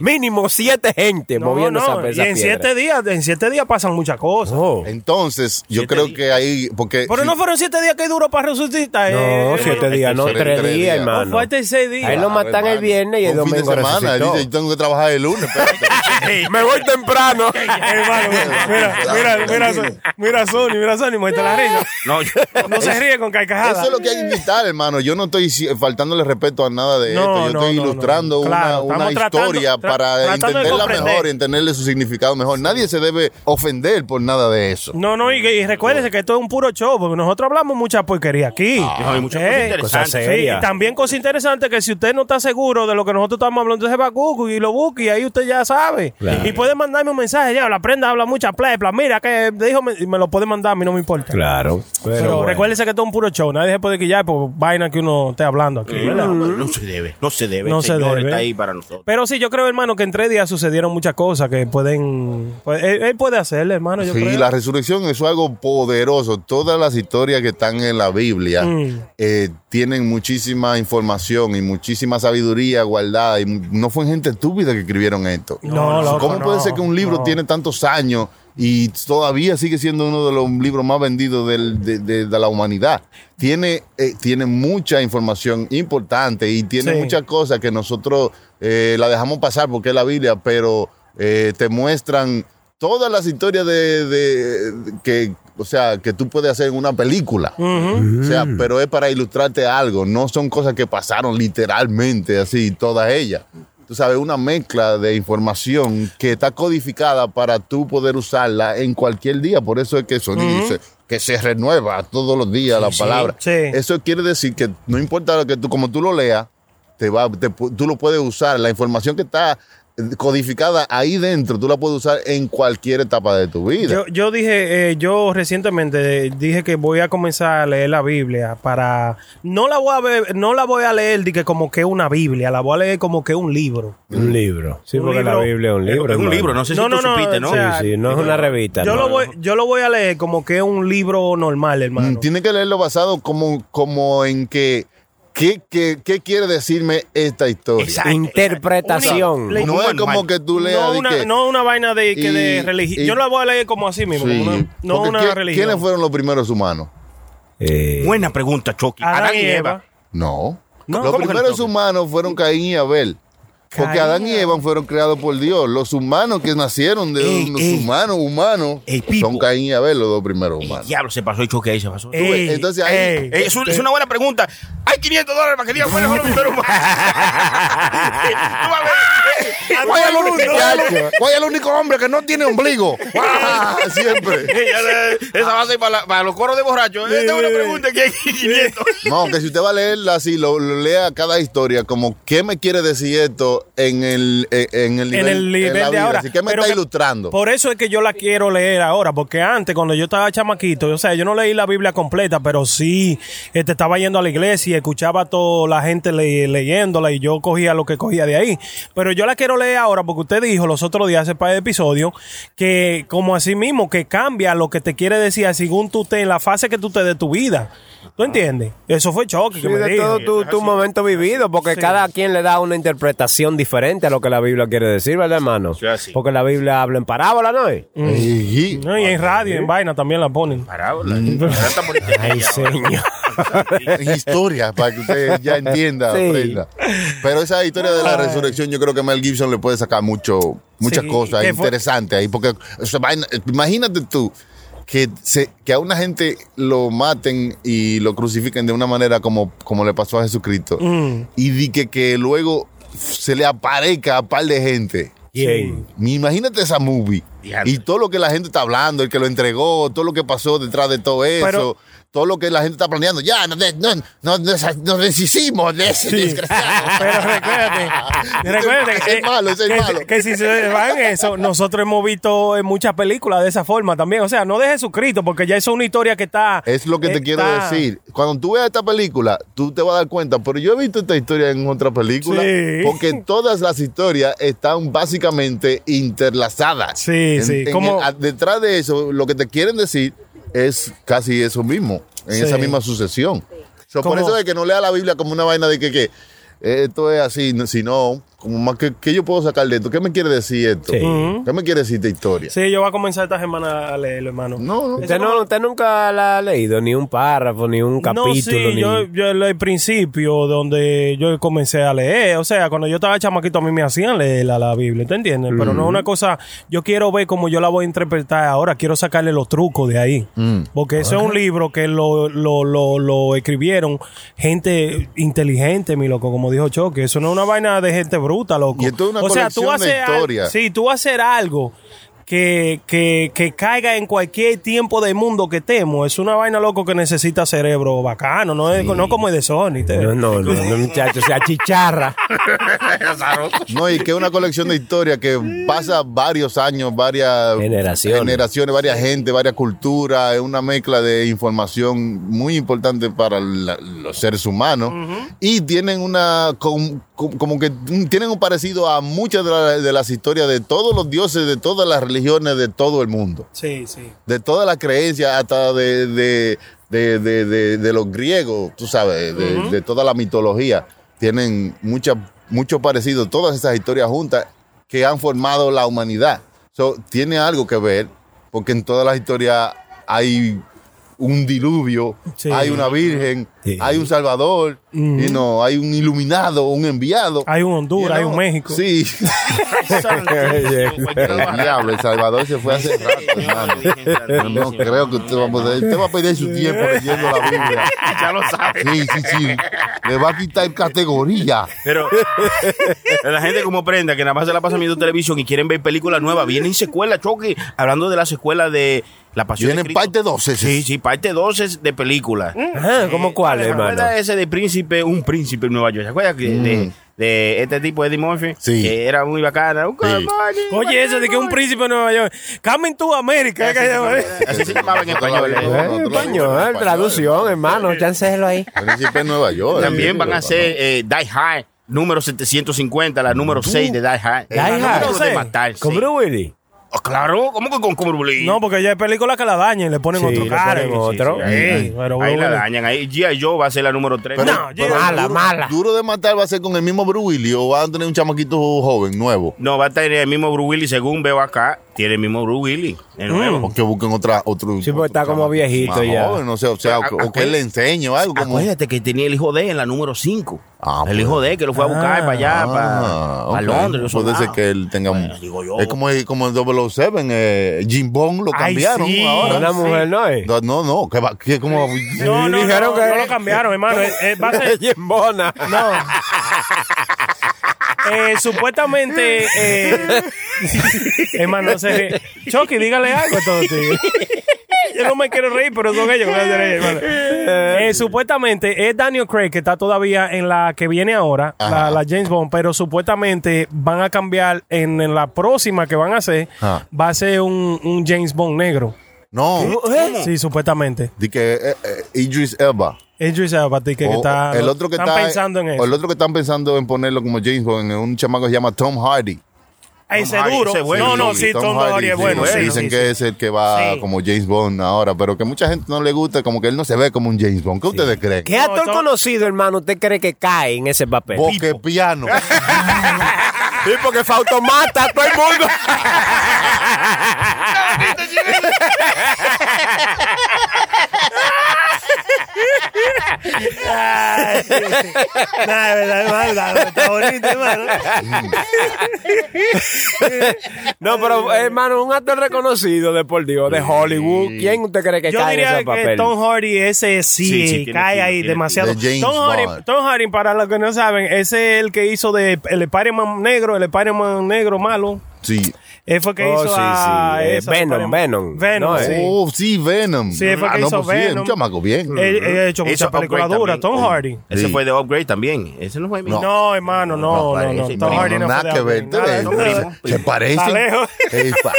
Speaker 5: mínimo siete gente
Speaker 7: No,
Speaker 5: moviendo
Speaker 7: no,
Speaker 5: esa,
Speaker 7: Y
Speaker 5: esa
Speaker 7: en
Speaker 5: piedra.
Speaker 7: siete Eh, días, en siete días pasan muchas cosas.
Speaker 5: Oh.
Speaker 1: Entonces, yo
Speaker 6: Siete
Speaker 1: creo
Speaker 6: días.
Speaker 1: que ahí. Porque
Speaker 7: Pero
Speaker 1: sí,
Speaker 7: no fueron siete días que duró para resucitar. eh,
Speaker 5: No, siete
Speaker 7: hermano.
Speaker 5: días, no,
Speaker 1: tres-
Speaker 5: tres
Speaker 1: tres
Speaker 5: días,
Speaker 1: días.
Speaker 5: hermano.
Speaker 7: Fue hasta seis días.
Speaker 5: Ahí lo
Speaker 1: claro,
Speaker 5: matan el
Speaker 1: hermano.
Speaker 5: viernes y el
Speaker 1: Fue un fin
Speaker 5: domingo
Speaker 1: de semana. Él
Speaker 5: resucitó.
Speaker 1: dice, yo tengo que trabajar el lunes. espérate.
Speaker 5: Me voy temprano.
Speaker 7: Hermano, mira, mira, mira, mira, mira a Sony, mira a Sony, muestra la risa.
Speaker 6: No, yo-
Speaker 7: No se ríe con carcajadas.
Speaker 1: Eso es lo que hay que invitar, hermano. Yo no estoy si- faltándole respeto a nada de
Speaker 7: No,
Speaker 1: esto. Yo
Speaker 7: no,
Speaker 1: estoy
Speaker 7: no,
Speaker 1: ilustrando
Speaker 7: no.
Speaker 1: una,
Speaker 7: Claro,
Speaker 1: una
Speaker 7: estamos tratando-
Speaker 1: historia
Speaker 7: tra-
Speaker 1: para
Speaker 7: tratando de
Speaker 1: entenderla
Speaker 7: comprender.
Speaker 1: mejor y entenderle su significado mejor. Nadie se debe ofender por nada de eso.
Speaker 7: No, no, y, y recuérdense que esto es un puro show, porque nosotros hablamos mucha porquería aquí.
Speaker 1: Ah,
Speaker 7: Eh,
Speaker 6: no, hay muchas cosas interesantes.
Speaker 7: sí,
Speaker 5: serias.
Speaker 7: y también cosas interesantes que si usted no está seguro de lo que nosotros estamos hablando, entonces va a Google y lo busque y ahí usted ya sabe. Y puede mandarme un mensaje, ya, la prenda habla mucha plepla, mira que dijo, me, y me lo puede mandar, a mí no me importa.
Speaker 5: Claro. Pero,
Speaker 7: Pero
Speaker 5: bueno.
Speaker 7: recuérdese que esto es un puro show, nadie se puede quillar por vaina que uno esté hablando aquí.
Speaker 6: Eh,
Speaker 7: ¿verdad?
Speaker 6: No, no se debe, no se debe.
Speaker 7: No
Speaker 6: No
Speaker 7: se
Speaker 6: Señor,
Speaker 7: debe.
Speaker 6: está ahí para nosotros.
Speaker 7: Pero sí, yo creo, hermano, que en tres días sucedieron muchas cosas que pueden... pues, él, él puede hacerle, hermano, yo
Speaker 1: Sí,
Speaker 7: creo.
Speaker 1: la resurrección eso es algo poderoso. Todas las historias que están en la Biblia
Speaker 7: Mm.
Speaker 1: eh, tienen muchísima información y muchísima sabiduría guardada. Y mu- no fue gente estúpida que escribieron esto.
Speaker 7: No, loco,
Speaker 1: ¿Cómo puede
Speaker 7: no,
Speaker 1: ser que un libro
Speaker 7: no.
Speaker 1: tiene tantos años y todavía sigue siendo uno de los libros más vendidos del- de, de- de la humanidad? Tiene, eh, tiene mucha información importante y tiene
Speaker 7: Sí.
Speaker 1: muchas cosas que nosotros eh, la dejamos pasar porque es la Biblia, pero eh, te muestran todas las historias de, de- de- que, o sea, que tú puedes hacer en una película. O sea, pero es para ilustrarte algo. No son cosas que pasaron literalmente así, todas ellas. Tú sabes, una mezcla de información que está codificada para tú poder usarla en cualquier día. Por eso es que Sony dice que se renueva todos los días la palabra.
Speaker 7: sí.
Speaker 1: Eso quiere decir que no importa lo que tú, como tú lo leas, te va, te pu- tú lo puedes usar. La información que está eh, codificada ahí dentro, tú la puedes usar en cualquier etapa de tu vida.
Speaker 7: Yo, yo dije, eh, yo recientemente dije que voy a comenzar a leer la Biblia para no la voy a ver- no la voy a leer de que como que una Biblia, la voy a leer como que un libro.
Speaker 5: Un libro. Sí,
Speaker 7: Un
Speaker 5: porque
Speaker 7: libro.
Speaker 5: la Biblia es un libro.
Speaker 6: es un
Speaker 5: hermano.
Speaker 6: libro, no sé si
Speaker 7: No,
Speaker 6: tú
Speaker 7: no, no,
Speaker 6: supiste, ¿no?
Speaker 7: o sea,
Speaker 5: Sí, sí, no es una revista.
Speaker 7: Yo lo
Speaker 5: hermano.
Speaker 7: voy, yo lo voy a leer como que un libro normal, hermano.
Speaker 1: Mm, Tiene que leerlo basado como, como en que ¿qué, qué, qué quiere decirme esta historia.
Speaker 6: Exacto.
Speaker 5: Interpretación.
Speaker 7: Una-
Speaker 1: No
Speaker 6: Como
Speaker 1: es
Speaker 6: un
Speaker 1: como
Speaker 6: manual.
Speaker 1: que tú leas
Speaker 7: no,
Speaker 1: de
Speaker 7: una,
Speaker 1: que-
Speaker 7: no una vaina de, que de
Speaker 1: Y-
Speaker 7: religión.
Speaker 1: y-
Speaker 7: Yo la voy a leer como así mismo,
Speaker 1: Sí,
Speaker 7: como una- no
Speaker 1: porque
Speaker 7: una
Speaker 1: ¿quién-
Speaker 7: religión.
Speaker 1: ¿Quiénes fueron los primeros humanos?
Speaker 5: Eh,
Speaker 6: Buena pregunta, Chucky.
Speaker 7: Adán y Eva.
Speaker 1: No.
Speaker 7: No.
Speaker 1: Los
Speaker 6: ¿Cómo que
Speaker 1: primeros
Speaker 6: no?
Speaker 1: humanos fueron Caín y Abel. Porque
Speaker 7: Caín.
Speaker 1: Adán y Eva fueron creados por Dios. Los humanos que nacieron de
Speaker 6: Ey,
Speaker 1: los
Speaker 6: ey.
Speaker 1: humanos humanos
Speaker 6: Ey, Pipo.
Speaker 1: son Caín y Abel, los dos primeros
Speaker 6: El
Speaker 1: humanos.
Speaker 6: diablo se pasó el choque ahí, se pasó.
Speaker 7: Ey,
Speaker 1: ves, entonces ahí-
Speaker 7: ey,
Speaker 6: Eh, es, un- es una buena pregunta. Hay 500 dólares para que digan cuáles fueron los primeros
Speaker 1: ¿Cuál es, el único, cuál es el único hombre que no tiene ombligo? ¡Ah! Siempre.
Speaker 6: Esa va a ser para, la- para los coros de borrachos.
Speaker 1: ¿eh?
Speaker 6: Esta es una pregunta que hay 500.
Speaker 1: No, que si usted va a leerla así, lo, lo lea cada historia, como qué me quiere decir esto en el, en, en el nivel,
Speaker 7: en el nivel
Speaker 1: en la
Speaker 7: de
Speaker 1: vida?
Speaker 7: ahora.
Speaker 1: Así que me
Speaker 7: Pero
Speaker 1: está
Speaker 7: que-
Speaker 1: ilustrando.
Speaker 7: Por eso es que yo la quiero leer ahora, porque antes, cuando yo estaba chamaquito, o sea, yo no leí la Biblia completa, pero sí este, estaba yendo a la iglesia y escuchaba a toda la gente le- leyéndola y yo cogía lo que cogía de ahí. Pero yo la quiero leer ahora porque usted dijo los otros días, hace par de episodios, que como así mismo, que cambia lo que te quiere decir según tú estés en la fase que tú te de tu vida. ¿Tú entiendes? Eso fue choque
Speaker 5: Ah. Sí,
Speaker 7: que Pues me
Speaker 5: de
Speaker 7: dijo.
Speaker 5: todo tu, tu momento vivido, porque cada quien le da una interpretación diferente a lo que la Biblia quiere decir, ¿verdad, hermano?
Speaker 6: Sí, así.
Speaker 5: Porque la Biblia habla en parábola, ¿no? es?
Speaker 7: Mm.
Speaker 1: Ey,
Speaker 7: No, y en radio, en vaina también la ponen.
Speaker 6: Parábola. Ahora está por internet
Speaker 5: Ay,
Speaker 6: ya.
Speaker 5: señor.
Speaker 1: en historia para que usted ya entienda,
Speaker 5: Sí.
Speaker 1: aprenda. Pero esa historia de la resurrección, yo creo que Mel Gibson le puede sacar mucho, muchas
Speaker 7: Sí,
Speaker 1: cosas
Speaker 7: que fue-
Speaker 1: interesantes ahí, porque o sea, vaina- imagínate tú que, se- que a una gente lo maten y lo crucifiquen de una manera como, como le pasó a Jesucristo,
Speaker 7: Mm.
Speaker 1: y di que, que luego se le aparezca a par de gente.
Speaker 5: ¿Quién?
Speaker 1: Ni Imagínate esa movie.
Speaker 6: Diantre.
Speaker 1: Y todo lo que la gente está hablando, el que lo entregó, todo lo que pasó detrás de todo eso,
Speaker 7: Pero-
Speaker 1: todo lo que la gente está planeando. Ya, no, de- no, no, nos, nos deshicimos de ese desgraciado.
Speaker 7: Pero recuérdate, recuérdate
Speaker 1: Es malo, es
Speaker 7: que,
Speaker 1: malo.
Speaker 7: que si se van eso, nosotros hemos visto en muchas películas de esa forma también. O sea, no de Jesucristo, porque ya eso es una historia que está.
Speaker 1: Es lo que te quiero
Speaker 7: está-
Speaker 1: decir. Cuando tú veas esta película, tú te vas a dar cuenta. Pero yo he visto esta historia en otra película.
Speaker 7: Sí.
Speaker 1: Porque todas las historias están básicamente interlazadas.
Speaker 7: Sí, sí, como-
Speaker 1: Como... detrás de eso, lo que te quieren decir es casi eso mismo. En
Speaker 7: Sí.
Speaker 1: esa misma sucesión. So, por
Speaker 7: Como-
Speaker 1: eso de que no lea la Biblia como una vaina de que, que, eh, esto es así, no- sino como más que, ¿qué yo puedo sacar de esto? ¿Qué me quiere decir esto?
Speaker 5: Sí.
Speaker 1: ¿Qué me quiere decir esta historia?
Speaker 7: Sí, yo voy a comenzar esta semana a leerlo, hermano.
Speaker 1: No, no.
Speaker 5: Usted, no, usted nunca la ha leído, ni un párrafo, ni un capítulo.
Speaker 7: no, sí,
Speaker 5: ni...
Speaker 7: yo, yo en el principio donde yo comencé a leer, o sea, cuando yo estaba chamaquito a mí me hacían leer la, la Biblia, ¿te entiendes? Pero
Speaker 5: Mm.
Speaker 7: no es una cosa, yo quiero ver cómo yo la voy a interpretar ahora, quiero sacarle los trucos de ahí,
Speaker 5: Mm.
Speaker 7: porque ese es un libro que lo, lo, lo, lo escribieron gente inteligente, mi loco, como dijo Choque, eso no es una vaina de gente bruta, loco.
Speaker 1: Y esto es una
Speaker 7: o sea, tú
Speaker 1: colección de
Speaker 7: haces al-
Speaker 1: historias.
Speaker 7: sí, tú hacer algo que, que, que caiga en cualquier tiempo del mundo que estemos, es una vaina loco que necesita cerebro bacano, no es no como el de Sony. te-
Speaker 5: No, no, no, no, muchacho, o sea, chicharra.
Speaker 1: No, y que es una colección de historias que pasa varios años, varias
Speaker 5: Generaciones.
Speaker 1: generaciones, varias gente, varias culturas, es una mezcla de información muy importante para la- los seres humanos y tienen una com- com- como que tienen un parecido a muchas de, la- de las historias de todos los dioses, de todas las religiones de todo el mundo,
Speaker 7: Sí, sí.
Speaker 1: de todas las creencias, hasta de, de, de- de- de- de los griegos, tú sabes, de, de toda la mitología. Tienen mucha, mucho parecido todas esas historias juntas que han formado la humanidad. So, tiene algo que ver, porque en todas las historias hay un diluvio,
Speaker 7: Sí.
Speaker 1: hay una virgen,
Speaker 5: Sí.
Speaker 1: hay un salvador, y no, hay un iluminado, un enviado.
Speaker 7: Hay un Honduras,
Speaker 1: You
Speaker 7: hay
Speaker 1: know?
Speaker 7: un México.
Speaker 1: Sí. El diablo, El Salvador se fue hace rato, hermano. No, no creo que usted va a poder. Usted va a perder su tiempo leyendo la Biblia.
Speaker 6: Ya lo sabe.
Speaker 1: Sí, sí, sí. Le va a quitar categoría.
Speaker 6: Pero la gente como prenda que nada más se la pasa viendo televisión y quieren ver películas nuevas, vienen secuelas, choque, hablando de las secuelas de La Pasión de
Speaker 1: Vienen
Speaker 6: Cristo.
Speaker 1: parte 12.
Speaker 6: Sí, sí, parte 12 de películas.
Speaker 5: Ajá, Mm. ¿Cómo cuál,
Speaker 6: ¿Se
Speaker 5: hermano?
Speaker 6: acuerda ese de Príncipe, un príncipe en Nueva York? ¿Se acuerda que de, de este tipo Eddie Murphy?
Speaker 1: Mm. Sí.
Speaker 6: Que era muy bacana. Un
Speaker 1: Sí.
Speaker 7: Oye, eso de que un príncipe de Nueva York, come to America. que-
Speaker 6: Así se llamaba en español.
Speaker 1: Nosotros la
Speaker 6: ¿eh?
Speaker 1: vimos.
Speaker 5: Eh, español, traducción, hermano, cháncelo ahí.
Speaker 1: Príncipe de Nueva York.
Speaker 6: También
Speaker 1: eh,
Speaker 6: van a
Speaker 1: hermano.
Speaker 6: hacer eh, Die Hard, número 750, la número 6 de Die Hard.
Speaker 5: Die Hard.
Speaker 6: Número de matar, sí.
Speaker 5: ¿Con Bruce Willis?
Speaker 6: Oh, claro, ¿cómo que con Cumberbatch?
Speaker 7: No, porque ya hay películas que la dañan y le ponen
Speaker 5: Sí,
Speaker 7: otro
Speaker 5: le
Speaker 7: cara.
Speaker 5: ponen otro.
Speaker 6: Ahí,
Speaker 7: Sí, pero
Speaker 6: ahí la
Speaker 7: bueno.
Speaker 6: dañan. Ahí G.I. Joe va a ser la número 3.
Speaker 7: No, yo-
Speaker 5: Mala,
Speaker 1: duro,
Speaker 5: mala.
Speaker 1: Duro de matar va a ser con el mismo Bruce Willis o va a tener un chamaquito joven, nuevo.
Speaker 6: No, va a tener el mismo Bruce Willis, según veo acá, tiene el mismo Bruce Willis, el nuevo.
Speaker 1: O que busquen otra, otro.
Speaker 5: Sí, porque está
Speaker 1: otro
Speaker 5: como
Speaker 1: chamaco
Speaker 5: viejito
Speaker 1: más
Speaker 5: ya.
Speaker 1: joven, o sea, o, sea, o que- o que él le enseñe o algo. Como,
Speaker 6: Acuérdate que tenía el hijo de él en la número 5.
Speaker 1: Ah,
Speaker 6: el
Speaker 1: bueno.
Speaker 6: hijo de él que lo fue a buscar para
Speaker 7: Ah,
Speaker 6: allá, para,
Speaker 1: Ah, ok.
Speaker 6: Londres. yo
Speaker 1: Puede
Speaker 6: soldado.
Speaker 1: ser que él tenga.
Speaker 6: Bueno,
Speaker 1: un-
Speaker 6: digo yo.
Speaker 1: Es como, el- como el 007, eh, Jim Bond lo
Speaker 7: Ay,
Speaker 1: cambiaron
Speaker 7: sí.
Speaker 1: ahora.
Speaker 5: Una mujer, ¿no es?
Speaker 1: No, no, no, que va, que como.
Speaker 7: No, no,
Speaker 5: Dijeron
Speaker 7: no,
Speaker 5: que-
Speaker 7: no lo cambiaron, hermano. Eh, eh, va a ser,
Speaker 5: Ella es mona.
Speaker 7: No. Eh, supuestamente, eh, hermano, no sé. Chucky, dígale algo a todo Yo no me quiero reír, pero son ellos que me hacen reír, hermano. Eh, supuestamente es Daniel Craig que está todavía en la que viene ahora, la,
Speaker 1: Ajá.
Speaker 7: la James Bond, pero supuestamente van a cambiar en, en la próxima que van a hacer,
Speaker 1: Ajá.
Speaker 7: va a ser un, un James Bond negro.
Speaker 1: No,
Speaker 7: Oh, Sí, supuestamente.
Speaker 1: di que eh, eh, Idris Elba.
Speaker 7: Idris Elba, que, que
Speaker 1: O-
Speaker 7: está,
Speaker 1: Oh, el otro que
Speaker 7: están
Speaker 1: está,
Speaker 7: pensando en
Speaker 1: o
Speaker 7: eso.
Speaker 1: el otro que están pensando en ponerlo como James Bond, en un chamaco que se llama Tom Hardy.
Speaker 7: Ese
Speaker 6: Hardy,
Speaker 7: duro.
Speaker 6: ese es bueno.
Speaker 7: No, no,
Speaker 1: Sí,
Speaker 7: sí, Tom Hardy es
Speaker 1: sí,
Speaker 7: bueno.
Speaker 1: sí,
Speaker 7: sí,
Speaker 1: dicen
Speaker 7: sí,
Speaker 1: que
Speaker 7: sí.
Speaker 1: es el que va
Speaker 7: Sí.
Speaker 1: como James Bond ahora, pero que mucha gente no le gusta, como que él no se ve como un James Bond. ¿Qué ustedes creen?
Speaker 5: ¿Qué actor
Speaker 7: Tom-
Speaker 5: conocido, hermano, usted cree que cae en ese papel?
Speaker 1: Boque piano.
Speaker 5: Sí, porque Fausto mata a todo el mundo.
Speaker 7: Nah, es verdad, es verdad, está bonito, hermano.
Speaker 5: No, pero hermano, un actor reconocido de por Dios, de Hollywood. ¿Quién usted cree que
Speaker 7: Yo
Speaker 5: cae en
Speaker 7: diría
Speaker 5: ese papel?
Speaker 7: que Tom Hardy ese sí,
Speaker 6: Sí, sí, tiene
Speaker 7: cae
Speaker 6: tino,
Speaker 7: ahí
Speaker 6: tiene
Speaker 7: demasiado.
Speaker 1: tino. De James
Speaker 7: Tom Hardy,
Speaker 1: Bond.
Speaker 7: Tom Hardy, para los que no saben, ese es el que hizo de el Spider-Man negro, el Spider-Man negro malo.
Speaker 1: Sí.
Speaker 7: Él fue el que
Speaker 5: Oh,
Speaker 7: hizo
Speaker 5: sí,
Speaker 7: a
Speaker 5: sí, eh,
Speaker 7: esa
Speaker 5: Venom,
Speaker 7: Spider-Man.
Speaker 5: Venom,
Speaker 7: Venom,
Speaker 5: ¿no?
Speaker 7: sí.
Speaker 1: Oh, sí, Venom. Ah, pues
Speaker 7: Sí, fue que hizo
Speaker 1: sí, es
Speaker 7: Venom.
Speaker 1: un chamaco bien.
Speaker 7: Él, él ha hecho muchas
Speaker 6: Hizo
Speaker 7: películas
Speaker 6: Upgrade
Speaker 7: duras,
Speaker 6: también.
Speaker 7: Tom Hardy.
Speaker 6: Ese
Speaker 1: Sí.
Speaker 6: fue de Upgrade también. Ese no fue mi.
Speaker 7: No, hermano, no, no, no.
Speaker 6: parece,
Speaker 7: Tom
Speaker 6: no,
Speaker 7: Hardy no,
Speaker 1: nada
Speaker 7: fue de
Speaker 1: que ver.
Speaker 7: Upgrade, nada de
Speaker 1: ¿Te
Speaker 7: eso.
Speaker 1: ves?
Speaker 6: primo,
Speaker 1: ¿Se
Speaker 6: primo.
Speaker 1: parecen?
Speaker 7: Está lejos.
Speaker 1: Ey, pa.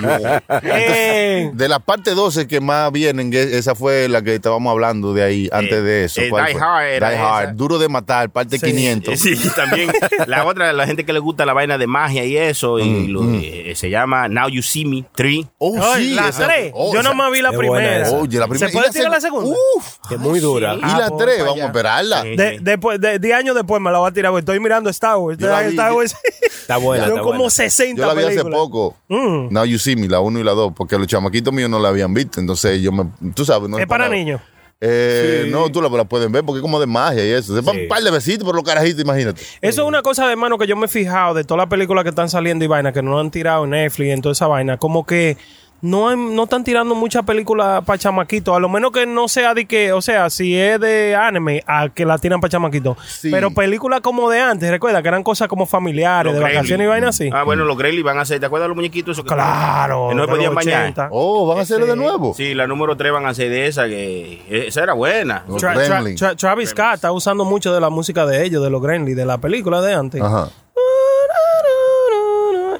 Speaker 1: No.
Speaker 7: Eh.
Speaker 1: Entonces, de la parte 12 que más vienen, que esa fue la que estábamos hablando de ahí antes de eso.
Speaker 6: eh,
Speaker 1: ¿Cuál
Speaker 6: Die
Speaker 1: fue?
Speaker 6: Hard era
Speaker 1: Die Hard,
Speaker 6: esa.
Speaker 1: Duro de Matar, parte 500.
Speaker 6: Sí, y también la otra, la gente que le gusta la vaina de magia y eso, y, lo- y eh, eh, se llama Now You See Me 3.
Speaker 1: Oh,
Speaker 5: Ay,
Speaker 1: sí,
Speaker 5: la
Speaker 1: esa-
Speaker 5: tres.
Speaker 1: oh,
Speaker 5: Yo
Speaker 1: esa-
Speaker 5: nomás vi la
Speaker 7: Qué buena
Speaker 5: primera.
Speaker 7: esa.
Speaker 1: Oye, la Uh. primera.
Speaker 5: ¿Se
Speaker 1: y
Speaker 5: puede tirar la segunda?
Speaker 1: Uf.
Speaker 7: Es muy dura.
Speaker 1: y la
Speaker 5: por-
Speaker 1: tres,
Speaker 5: para
Speaker 1: vamos a
Speaker 5: allá.
Speaker 1: esperarla.
Speaker 6: Sí.
Speaker 5: De- después, de, 10 años después me la voy a tirar, güey. Estoy mirando Star Wars.
Speaker 1: Yo la vi,
Speaker 5: Star
Speaker 1: yo-
Speaker 5: Wars.
Speaker 7: Está buena,
Speaker 5: Yo
Speaker 7: está
Speaker 5: como
Speaker 7: buena.
Speaker 5: 60
Speaker 1: Yo la vi hace
Speaker 5: películas.
Speaker 1: poco.
Speaker 5: Mm.
Speaker 1: Now You See Me, la 1 y la 2, porque los chamaquitos míos no la habían visto. Entonces yo me. Tú sabes, no
Speaker 5: Es para
Speaker 1: nada.
Speaker 5: niños.
Speaker 1: Eh, No, tú la, la pueden ver porque es como de magia y eso. Se van un par de besitos por los carajitos, imagínate.
Speaker 5: Eso es una cosa, hermano, que yo me he fijado de todas las películas que están saliendo y vaina, que no han tirado en Netflix, en toda esa vaina. Como que no, hay- no están tirando muchas películas para chamaquitos. A lo menos que no sea de que, o sea, si es de anime, a que la tiran para chamaquitos.
Speaker 1: Sí.
Speaker 5: Pero películas como de antes, recuerda, que eran cosas como
Speaker 7: Ah,
Speaker 5: familiares,
Speaker 6: Los
Speaker 5: de
Speaker 6: Gremlins.
Speaker 5: vacaciones y vaina así.
Speaker 6: Ah, bueno, los Grayley van a hacer. ¿Te acuerdas de los muñequitos? esos que-
Speaker 5: claro.
Speaker 6: Que no
Speaker 5: de
Speaker 6: podían
Speaker 5: los
Speaker 6: bañar.
Speaker 5: 80.
Speaker 1: Oh, ¿van a hacerlo de nuevo?
Speaker 6: Sí, la número 3 van a hacer de esa. que e, Esa era buena.
Speaker 1: Los
Speaker 5: Tra- tra-
Speaker 1: Gremlins.
Speaker 5: tra- Travis Scott está usando mucho de la música de ellos, de los Gremlins, de la película de antes.
Speaker 1: Ajá.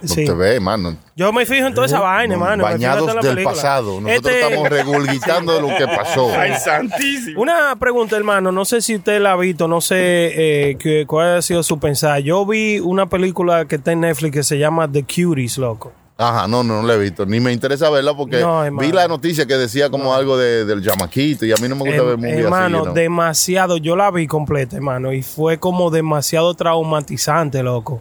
Speaker 1: No
Speaker 5: Sí.
Speaker 1: te ve, mano.
Speaker 5: Yo me fijo en toda esa vaina, hermano. me fijo en
Speaker 1: Bañados
Speaker 5: toda la
Speaker 1: del
Speaker 5: película.
Speaker 1: pasado. Nosotros
Speaker 5: Este-
Speaker 1: estamos regurgitando de lo que pasó.
Speaker 6: santísimo.
Speaker 5: Una pregunta, hermano. No sé si usted la ha visto, no sé eh, qué- cuál ha sido su pensar. Yo vi una película que está en Netflix que se llama The Cuties, loco.
Speaker 1: Ajá, no, no, no la he visto. Ni me interesa verla porque
Speaker 5: No,
Speaker 1: vi
Speaker 5: hermano.
Speaker 1: la noticia que decía como algo de- del llamaquito y a mí no me gusta
Speaker 5: Em-
Speaker 1: ver movies
Speaker 5: hermano,
Speaker 1: así. ¿no?
Speaker 5: demasiado. Yo la vi completa, hermano, y fue como demasiado traumatizante, loco.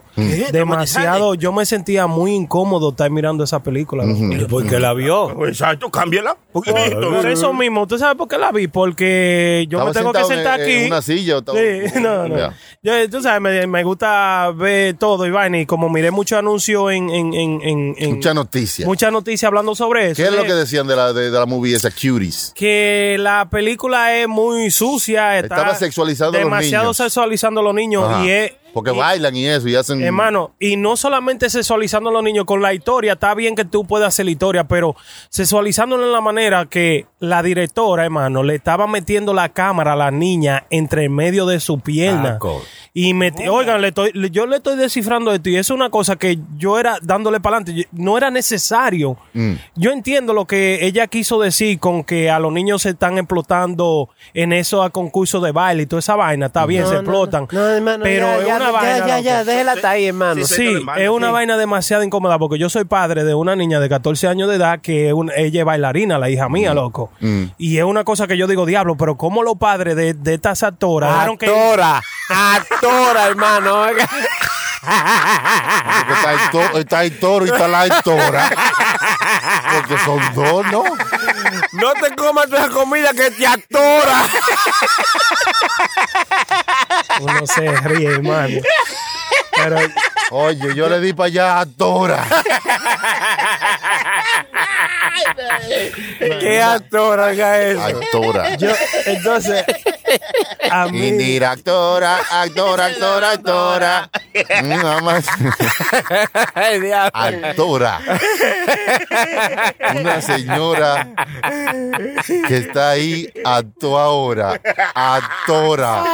Speaker 5: Demasiado. Yo me sentía muy incómodo estar mirando esa película. loco.
Speaker 7: Porque la vio.
Speaker 6: Exacto, cámbiala. Porque
Speaker 5: Por eso mismo, ¿tú sabes por qué la vi? Porque yo
Speaker 1: Estaba
Speaker 5: me tengo que
Speaker 1: sentado en-
Speaker 5: sentar
Speaker 1: en
Speaker 5: aquí.
Speaker 1: una silla, estaba-
Speaker 5: Sí, no, no.
Speaker 1: Ya.
Speaker 5: Yo, tú sabes, me, me gusta ver todo, Iván, y como miré mucho anuncio en. en, en, en, en-
Speaker 1: Mucha noticia.
Speaker 5: mucha noticia hablando sobre eso.
Speaker 1: ¿Qué es lo
Speaker 5: eh,
Speaker 1: que decían de la, de, de la movie esa, Cuties?
Speaker 5: que la película es muy sucia. Está
Speaker 1: Estaba sexualizando a los
Speaker 5: Demasiado
Speaker 1: niños.
Speaker 5: sexualizando a los niños.
Speaker 1: Ajá.
Speaker 5: Y es.
Speaker 1: Porque
Speaker 5: y-
Speaker 1: bailan y eso y hacen.
Speaker 5: Hermano, y no solamente sexualizando a los niños con la historia, está bien que tú puedas hacer la historia, pero sexualizándolo en la manera que la directora, hermano, le estaba metiendo la cámara a la niña entre medio de su
Speaker 6: Ah,
Speaker 5: pierna.
Speaker 7: Taco.
Speaker 5: Y me, oigan, le estoy- le- yo le estoy descifrando esto y es una cosa que yo era dándole para adelante, no era necesario.
Speaker 1: Mm.
Speaker 5: Yo entiendo lo que ella quiso decir con que a los niños se están explotando en esos concursos de baile y toda esa vaina, está bien, se explotan. pero es una vaina.
Speaker 7: Ya, ya,
Speaker 5: loco.
Speaker 7: ya, déjela hasta ahí, hermano.
Speaker 6: Sí,
Speaker 5: Sí, es una vaina demasiado incómoda porque yo soy padre de una niña de 14 años de edad que es un- ella es bailarina, la hija mía, loco. Y es una cosa que yo digo, diablo, pero ¿cómo los padres de, de estas actoras dejaron que-
Speaker 7: Actora, actora, hermano. oiga.
Speaker 5: Ah,
Speaker 1: Porque está el, to- está el toro y está la actora. Porque son dos, ¿no?
Speaker 7: No te comas toda esa comida que te actora.
Speaker 5: Uno se ríe, hermano. Pero
Speaker 1: Oye, yo le di para allá actora.
Speaker 7: ¿Qué actora haga eso?
Speaker 1: Actora.
Speaker 5: yo, entonces, a mí,
Speaker 1: Indira, actora, actora, actora, actora. Mm, nada más.
Speaker 7: Ay, diablo.
Speaker 1: Actora. Una señora que está ahí actúa ahora. Actora.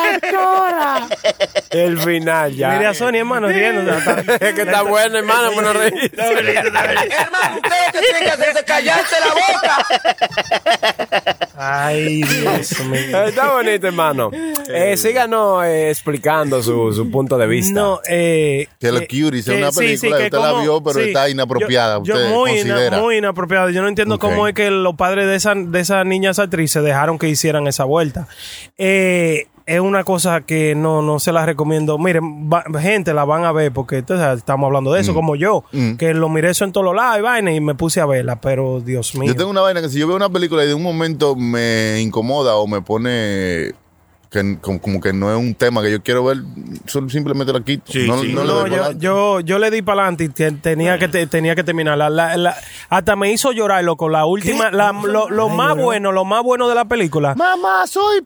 Speaker 7: El final ya.
Speaker 5: mire a Sony, hermano, riendo.
Speaker 7: Es que está bueno, hermano, pero reí.
Speaker 9: Hermano, ustedes lo que tienen que hacer es callarse la boca.
Speaker 5: Ay, Dios mío.
Speaker 7: Está bonito, hermano. Eh, síganos eh, explicando su, su punto de vista.
Speaker 5: No, eh,
Speaker 1: Que lo Cuties es una película que
Speaker 5: que
Speaker 1: usted la
Speaker 5: como-
Speaker 1: vio, pero está inapropiada,
Speaker 5: Yo, yo
Speaker 1: usted
Speaker 5: muy, ina-
Speaker 1: considera.
Speaker 5: muy inapropiada. Yo no entiendo
Speaker 1: Ok.
Speaker 5: cómo es que los padres de esa, de esas niñas actrices dejaron que hicieran esa vuelta. Eh, es una cosa que no, no se la recomiendo. Miren, va- gente, la van a ver porque entonces, estamos hablando
Speaker 1: Mm.
Speaker 5: de eso, como yo, que lo miré eso en todos los lados y vaina y me puse a verla, pero Dios mío.
Speaker 1: Yo tengo una vaina que si yo veo una película y de un momento me incomoda o me pone que, como, como que no es un tema que yo quiero ver, solo simplemente la quito.
Speaker 6: Sí, sí.
Speaker 1: le
Speaker 5: No,
Speaker 1: doy
Speaker 5: yo,
Speaker 1: para
Speaker 5: yo, yo le di para adelante y te- tenía que, te- tenía que terminar. La- la- la- hasta me hizo llorar, loco. La última, la- lo, lo más bueno, lo más bueno de la película.
Speaker 1: Mamá, soy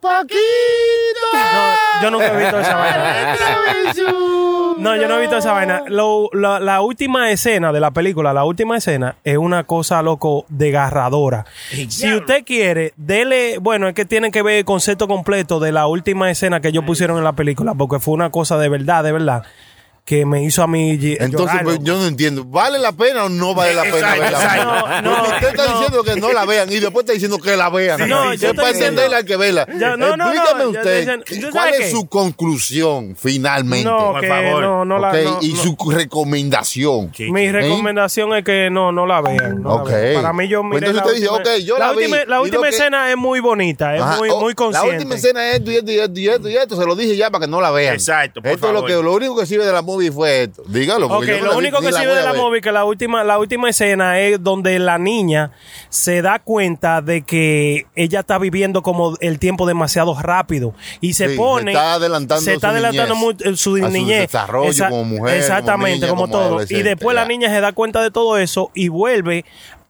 Speaker 1: Paquito.
Speaker 5: No, yo nunca he visto esa vaina. No, yo no he visto esa vaina. Lo- la, la última escena de la película, la última escena, es una cosa, loco, desgarradora. Si usted quiere, dele. Bueno, es que tienen que ver el concepto completo de la última escena que ellos pusieron en la película, porque fue una cosa de verdad, de verdad. que me hizo a mí ll-
Speaker 1: Entonces,
Speaker 5: llorar,
Speaker 1: pues,
Speaker 5: loco.
Speaker 1: yo no entiendo, ¿vale la pena o no vale la pena
Speaker 6: Exacto,
Speaker 1: verla?
Speaker 6: exacto.
Speaker 5: No,
Speaker 1: Porque
Speaker 5: no,
Speaker 1: usted está
Speaker 5: no.
Speaker 1: diciendo que no la vean y después está diciendo que la vean.
Speaker 5: Sí, no,
Speaker 1: es
Speaker 5: yo estoy
Speaker 1: para
Speaker 5: diciendo-
Speaker 1: entenderla que verla.
Speaker 5: Ya, no, no, no,
Speaker 1: Explícame
Speaker 5: yo
Speaker 1: usted,
Speaker 5: estoy diciendo- ¿tú
Speaker 1: ¿cuál
Speaker 5: sabes
Speaker 1: es
Speaker 5: qué?
Speaker 1: su conclusión finalmente?
Speaker 5: No,
Speaker 6: por
Speaker 5: que
Speaker 6: favor.
Speaker 5: no, no la-
Speaker 1: Ok,
Speaker 5: no,
Speaker 1: y
Speaker 5: no.
Speaker 1: su recomendación.
Speaker 6: Sí.
Speaker 5: Mi
Speaker 1: ¿Eh?
Speaker 5: recomendación es que no, no la vean. no la
Speaker 1: Ok.
Speaker 5: vean. Para mí yo
Speaker 1: Pues
Speaker 5: miré
Speaker 1: entonces
Speaker 5: la
Speaker 1: usted dice,
Speaker 5: última-
Speaker 1: ok, yo la vi,
Speaker 5: última,
Speaker 1: y lo
Speaker 5: última
Speaker 1: que-
Speaker 5: escena es muy bonita, es
Speaker 1: Ajá,
Speaker 5: muy,
Speaker 1: oh,
Speaker 5: muy consciente.
Speaker 1: La última escena es esto y esto y esto y esto y esto. Se lo dije ya para que no la vean.
Speaker 6: Exacto, por
Speaker 1: Esto es lo,
Speaker 6: favor.
Speaker 1: que, lo único que sirve de la movie fue esto. Dígalo.
Speaker 5: Ok,
Speaker 1: porque yo no
Speaker 5: lo
Speaker 1: la vi,
Speaker 5: único
Speaker 1: ni
Speaker 5: que
Speaker 1: la
Speaker 5: sirve
Speaker 1: voy
Speaker 5: de
Speaker 1: a
Speaker 5: la
Speaker 1: ver.
Speaker 5: movie que la última, la última escena es donde la niña se da cuenta de que ella está viviendo como el tiempo demasiado rápido y se
Speaker 1: Sí, se
Speaker 5: pone
Speaker 1: está adelantando
Speaker 5: se está
Speaker 1: su
Speaker 5: adelantando
Speaker 1: niñez,
Speaker 5: mu- eh, su
Speaker 1: a su
Speaker 5: niñez
Speaker 1: desarrollo como mujer, como
Speaker 5: exactamente
Speaker 1: niña,
Speaker 5: como,
Speaker 1: como
Speaker 5: todo y
Speaker 1: adolescente,
Speaker 5: después la
Speaker 1: ya.
Speaker 5: niña se da cuenta de todo eso y vuelve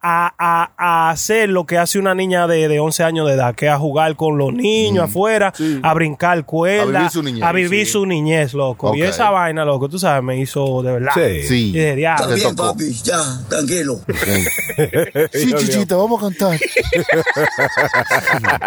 Speaker 5: a, a- a hacer lo que hace una niña de, de 11 años de edad, que es a jugar con los niños afuera, a brincar cuerdas,
Speaker 1: Mm. A vivir su niñez,
Speaker 5: a vivir
Speaker 1: sí.
Speaker 5: su niñez, loco. Y
Speaker 1: Ok.
Speaker 5: esa vaina, loco, tú sabes, me hizo de verdad.
Speaker 7: Sí.
Speaker 1: Sí.
Speaker 5: Y de diablo.
Speaker 1: Te tocó.
Speaker 8: ya, tranquilo.
Speaker 1: Sí, chichita, vamos a cantar.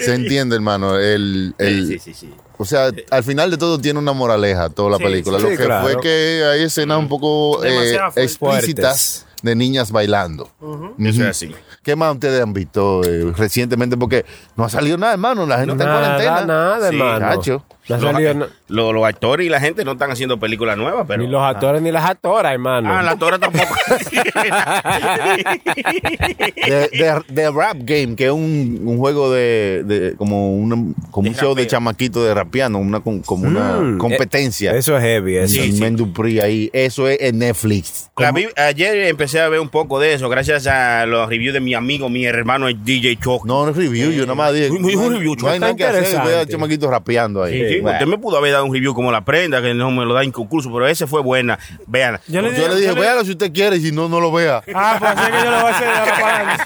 Speaker 1: Se entiende, hermano. El, el-
Speaker 6: Sí, sí, sí.
Speaker 1: O sea, al final de todo tiene una moraleja toda la
Speaker 6: Sí,
Speaker 1: película.
Speaker 7: Eh, sí,
Speaker 1: Lo
Speaker 7: sí,
Speaker 1: que
Speaker 7: claro. Mm.
Speaker 1: fue que hay escenas un poco eh,
Speaker 5: Demasiado fuertes.
Speaker 1: explícitas de niñas bailando. Ujú.
Speaker 6: Eso es así.
Speaker 1: ¿Qué más ustedes han visto eh, recientemente? Porque no ha salido nada, hermano. La gente está en
Speaker 7: Nada,
Speaker 1: cuarentena.
Speaker 7: nada,
Speaker 6: Sí,
Speaker 7: hermano.
Speaker 1: cacho.
Speaker 7: No ha
Speaker 6: Los, eh,
Speaker 7: salido na-
Speaker 6: lo- los actores y la gente no están haciendo películas nuevas, pero.
Speaker 7: ni los actores ni las actoras, hermano.
Speaker 6: Ah, la actora tampoco.
Speaker 1: de, de- de Rap Game, que es un, un juego de, de- como, una- como un show de chamaquito de rapeando, una, con- como una
Speaker 7: Mm,
Speaker 1: competencia.
Speaker 7: Eso es heavy. Eso.
Speaker 1: Sí, Men Dupree ahí. Eso es en Netflix.
Speaker 6: La vi- ayer empecé a ver un poco de eso, gracias a los reviews de mi amigo, mi hermano, el DJ Choc.
Speaker 1: No, no es review, yo nada más dije.
Speaker 6: Eh, Muy- muy
Speaker 1: no hay-
Speaker 6: review,
Speaker 1: No hay nada que hacer,
Speaker 7: interesante.
Speaker 1: veo a chamaquito rapeando ahí.
Speaker 6: Sí, sí,
Speaker 1: Bueno.
Speaker 6: Usted me pudo haber dado un review como la prenda, que no me lo da en concurso, pero ese fue buena. Vean.
Speaker 5: Yo
Speaker 1: Yo le dije, véalo si usted quiere y si no, no lo vea.
Speaker 5: Ah, pues así que yo lo voy a hacer de ahora para adelante.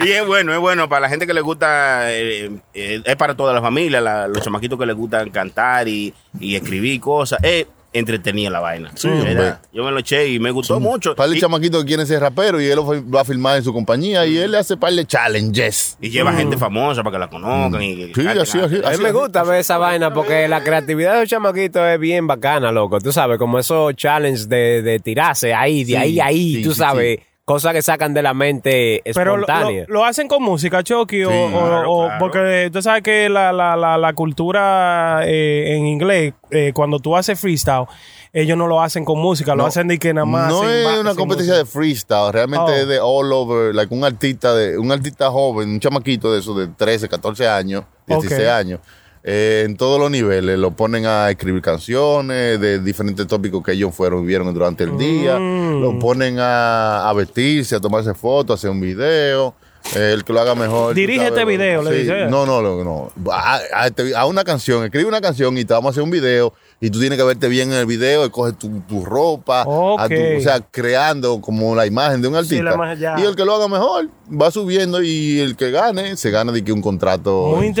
Speaker 6: Y es bueno, es bueno. Para la gente que le gusta, eh, eh, es para toda la familia, la- los chamaquitos que les gustan cantar y, y escribir cosas. Eh, entretenía la vaina. Era-
Speaker 1: hombre.
Speaker 6: yo me lo eché y me gustó mucho.
Speaker 1: Para el
Speaker 6: Y-
Speaker 1: chamaquito que quiere ser rapero y él lo, fue- lo ha filmado en su compañía y él le hace par de challenges.
Speaker 6: Y lleva gente famosa para que la conozcan. Y, y
Speaker 1: Sí,
Speaker 6: canten
Speaker 1: así,
Speaker 6: la-
Speaker 1: así.
Speaker 7: A mí
Speaker 1: así-
Speaker 7: me gusta ver esa vaina porque la creatividad de los chamaquitos es bien bacana, loco. Tú sabes, como esos challenges de, de tirarse ahí, de ahí, ahí,
Speaker 1: sí,
Speaker 7: tú
Speaker 1: sí,
Speaker 7: sabes. Cosas que sacan de la mente
Speaker 5: Pero lo,
Speaker 7: espontánea.
Speaker 5: lo- lo hacen con música, Chucky, o,
Speaker 1: Sí,
Speaker 5: o-
Speaker 6: claro,
Speaker 5: o-
Speaker 6: claro.
Speaker 5: porque tú sabes que la, la, la, la cultura eh, en inglés, eh, cuando tú haces freestyle, ellos no lo hacen con música, lo
Speaker 1: No,
Speaker 5: hacen de que nada más.
Speaker 1: No
Speaker 5: sin
Speaker 1: es
Speaker 5: ba-
Speaker 1: una
Speaker 5: sin
Speaker 1: competencia de
Speaker 5: música.
Speaker 1: freestyle, realmente
Speaker 5: Oh.
Speaker 1: es de all over, like un artista de un artista joven, un chamaquito de esos de 13, 14 años, 16
Speaker 5: Ok.
Speaker 1: años. eh, en todos los niveles lo ponen a escribir canciones de diferentes tópicos que ellos fueron vieron durante el día,
Speaker 5: Mm.
Speaker 1: lo ponen a, a vestirse, a tomarse fotos, a hacer un video. eh, el que lo haga mejor. tú
Speaker 5: Dirige este
Speaker 1: sabes,
Speaker 5: video, le
Speaker 1: sí,
Speaker 5: dice.
Speaker 1: No, no, no, no. A, a este- a una canción, escribe una canción y te vamos a hacer un video y tú tienes que verte bien en el video, escoge tu, tu ropa, a tu-
Speaker 5: Ok.
Speaker 1: o sea, creando como la imagen de un
Speaker 5: Sí,
Speaker 1: artista.
Speaker 5: la imagen ya.
Speaker 1: y el que lo haga mejor va subiendo y el que gane se gana de que un contrato.
Speaker 5: Muy
Speaker 1: en su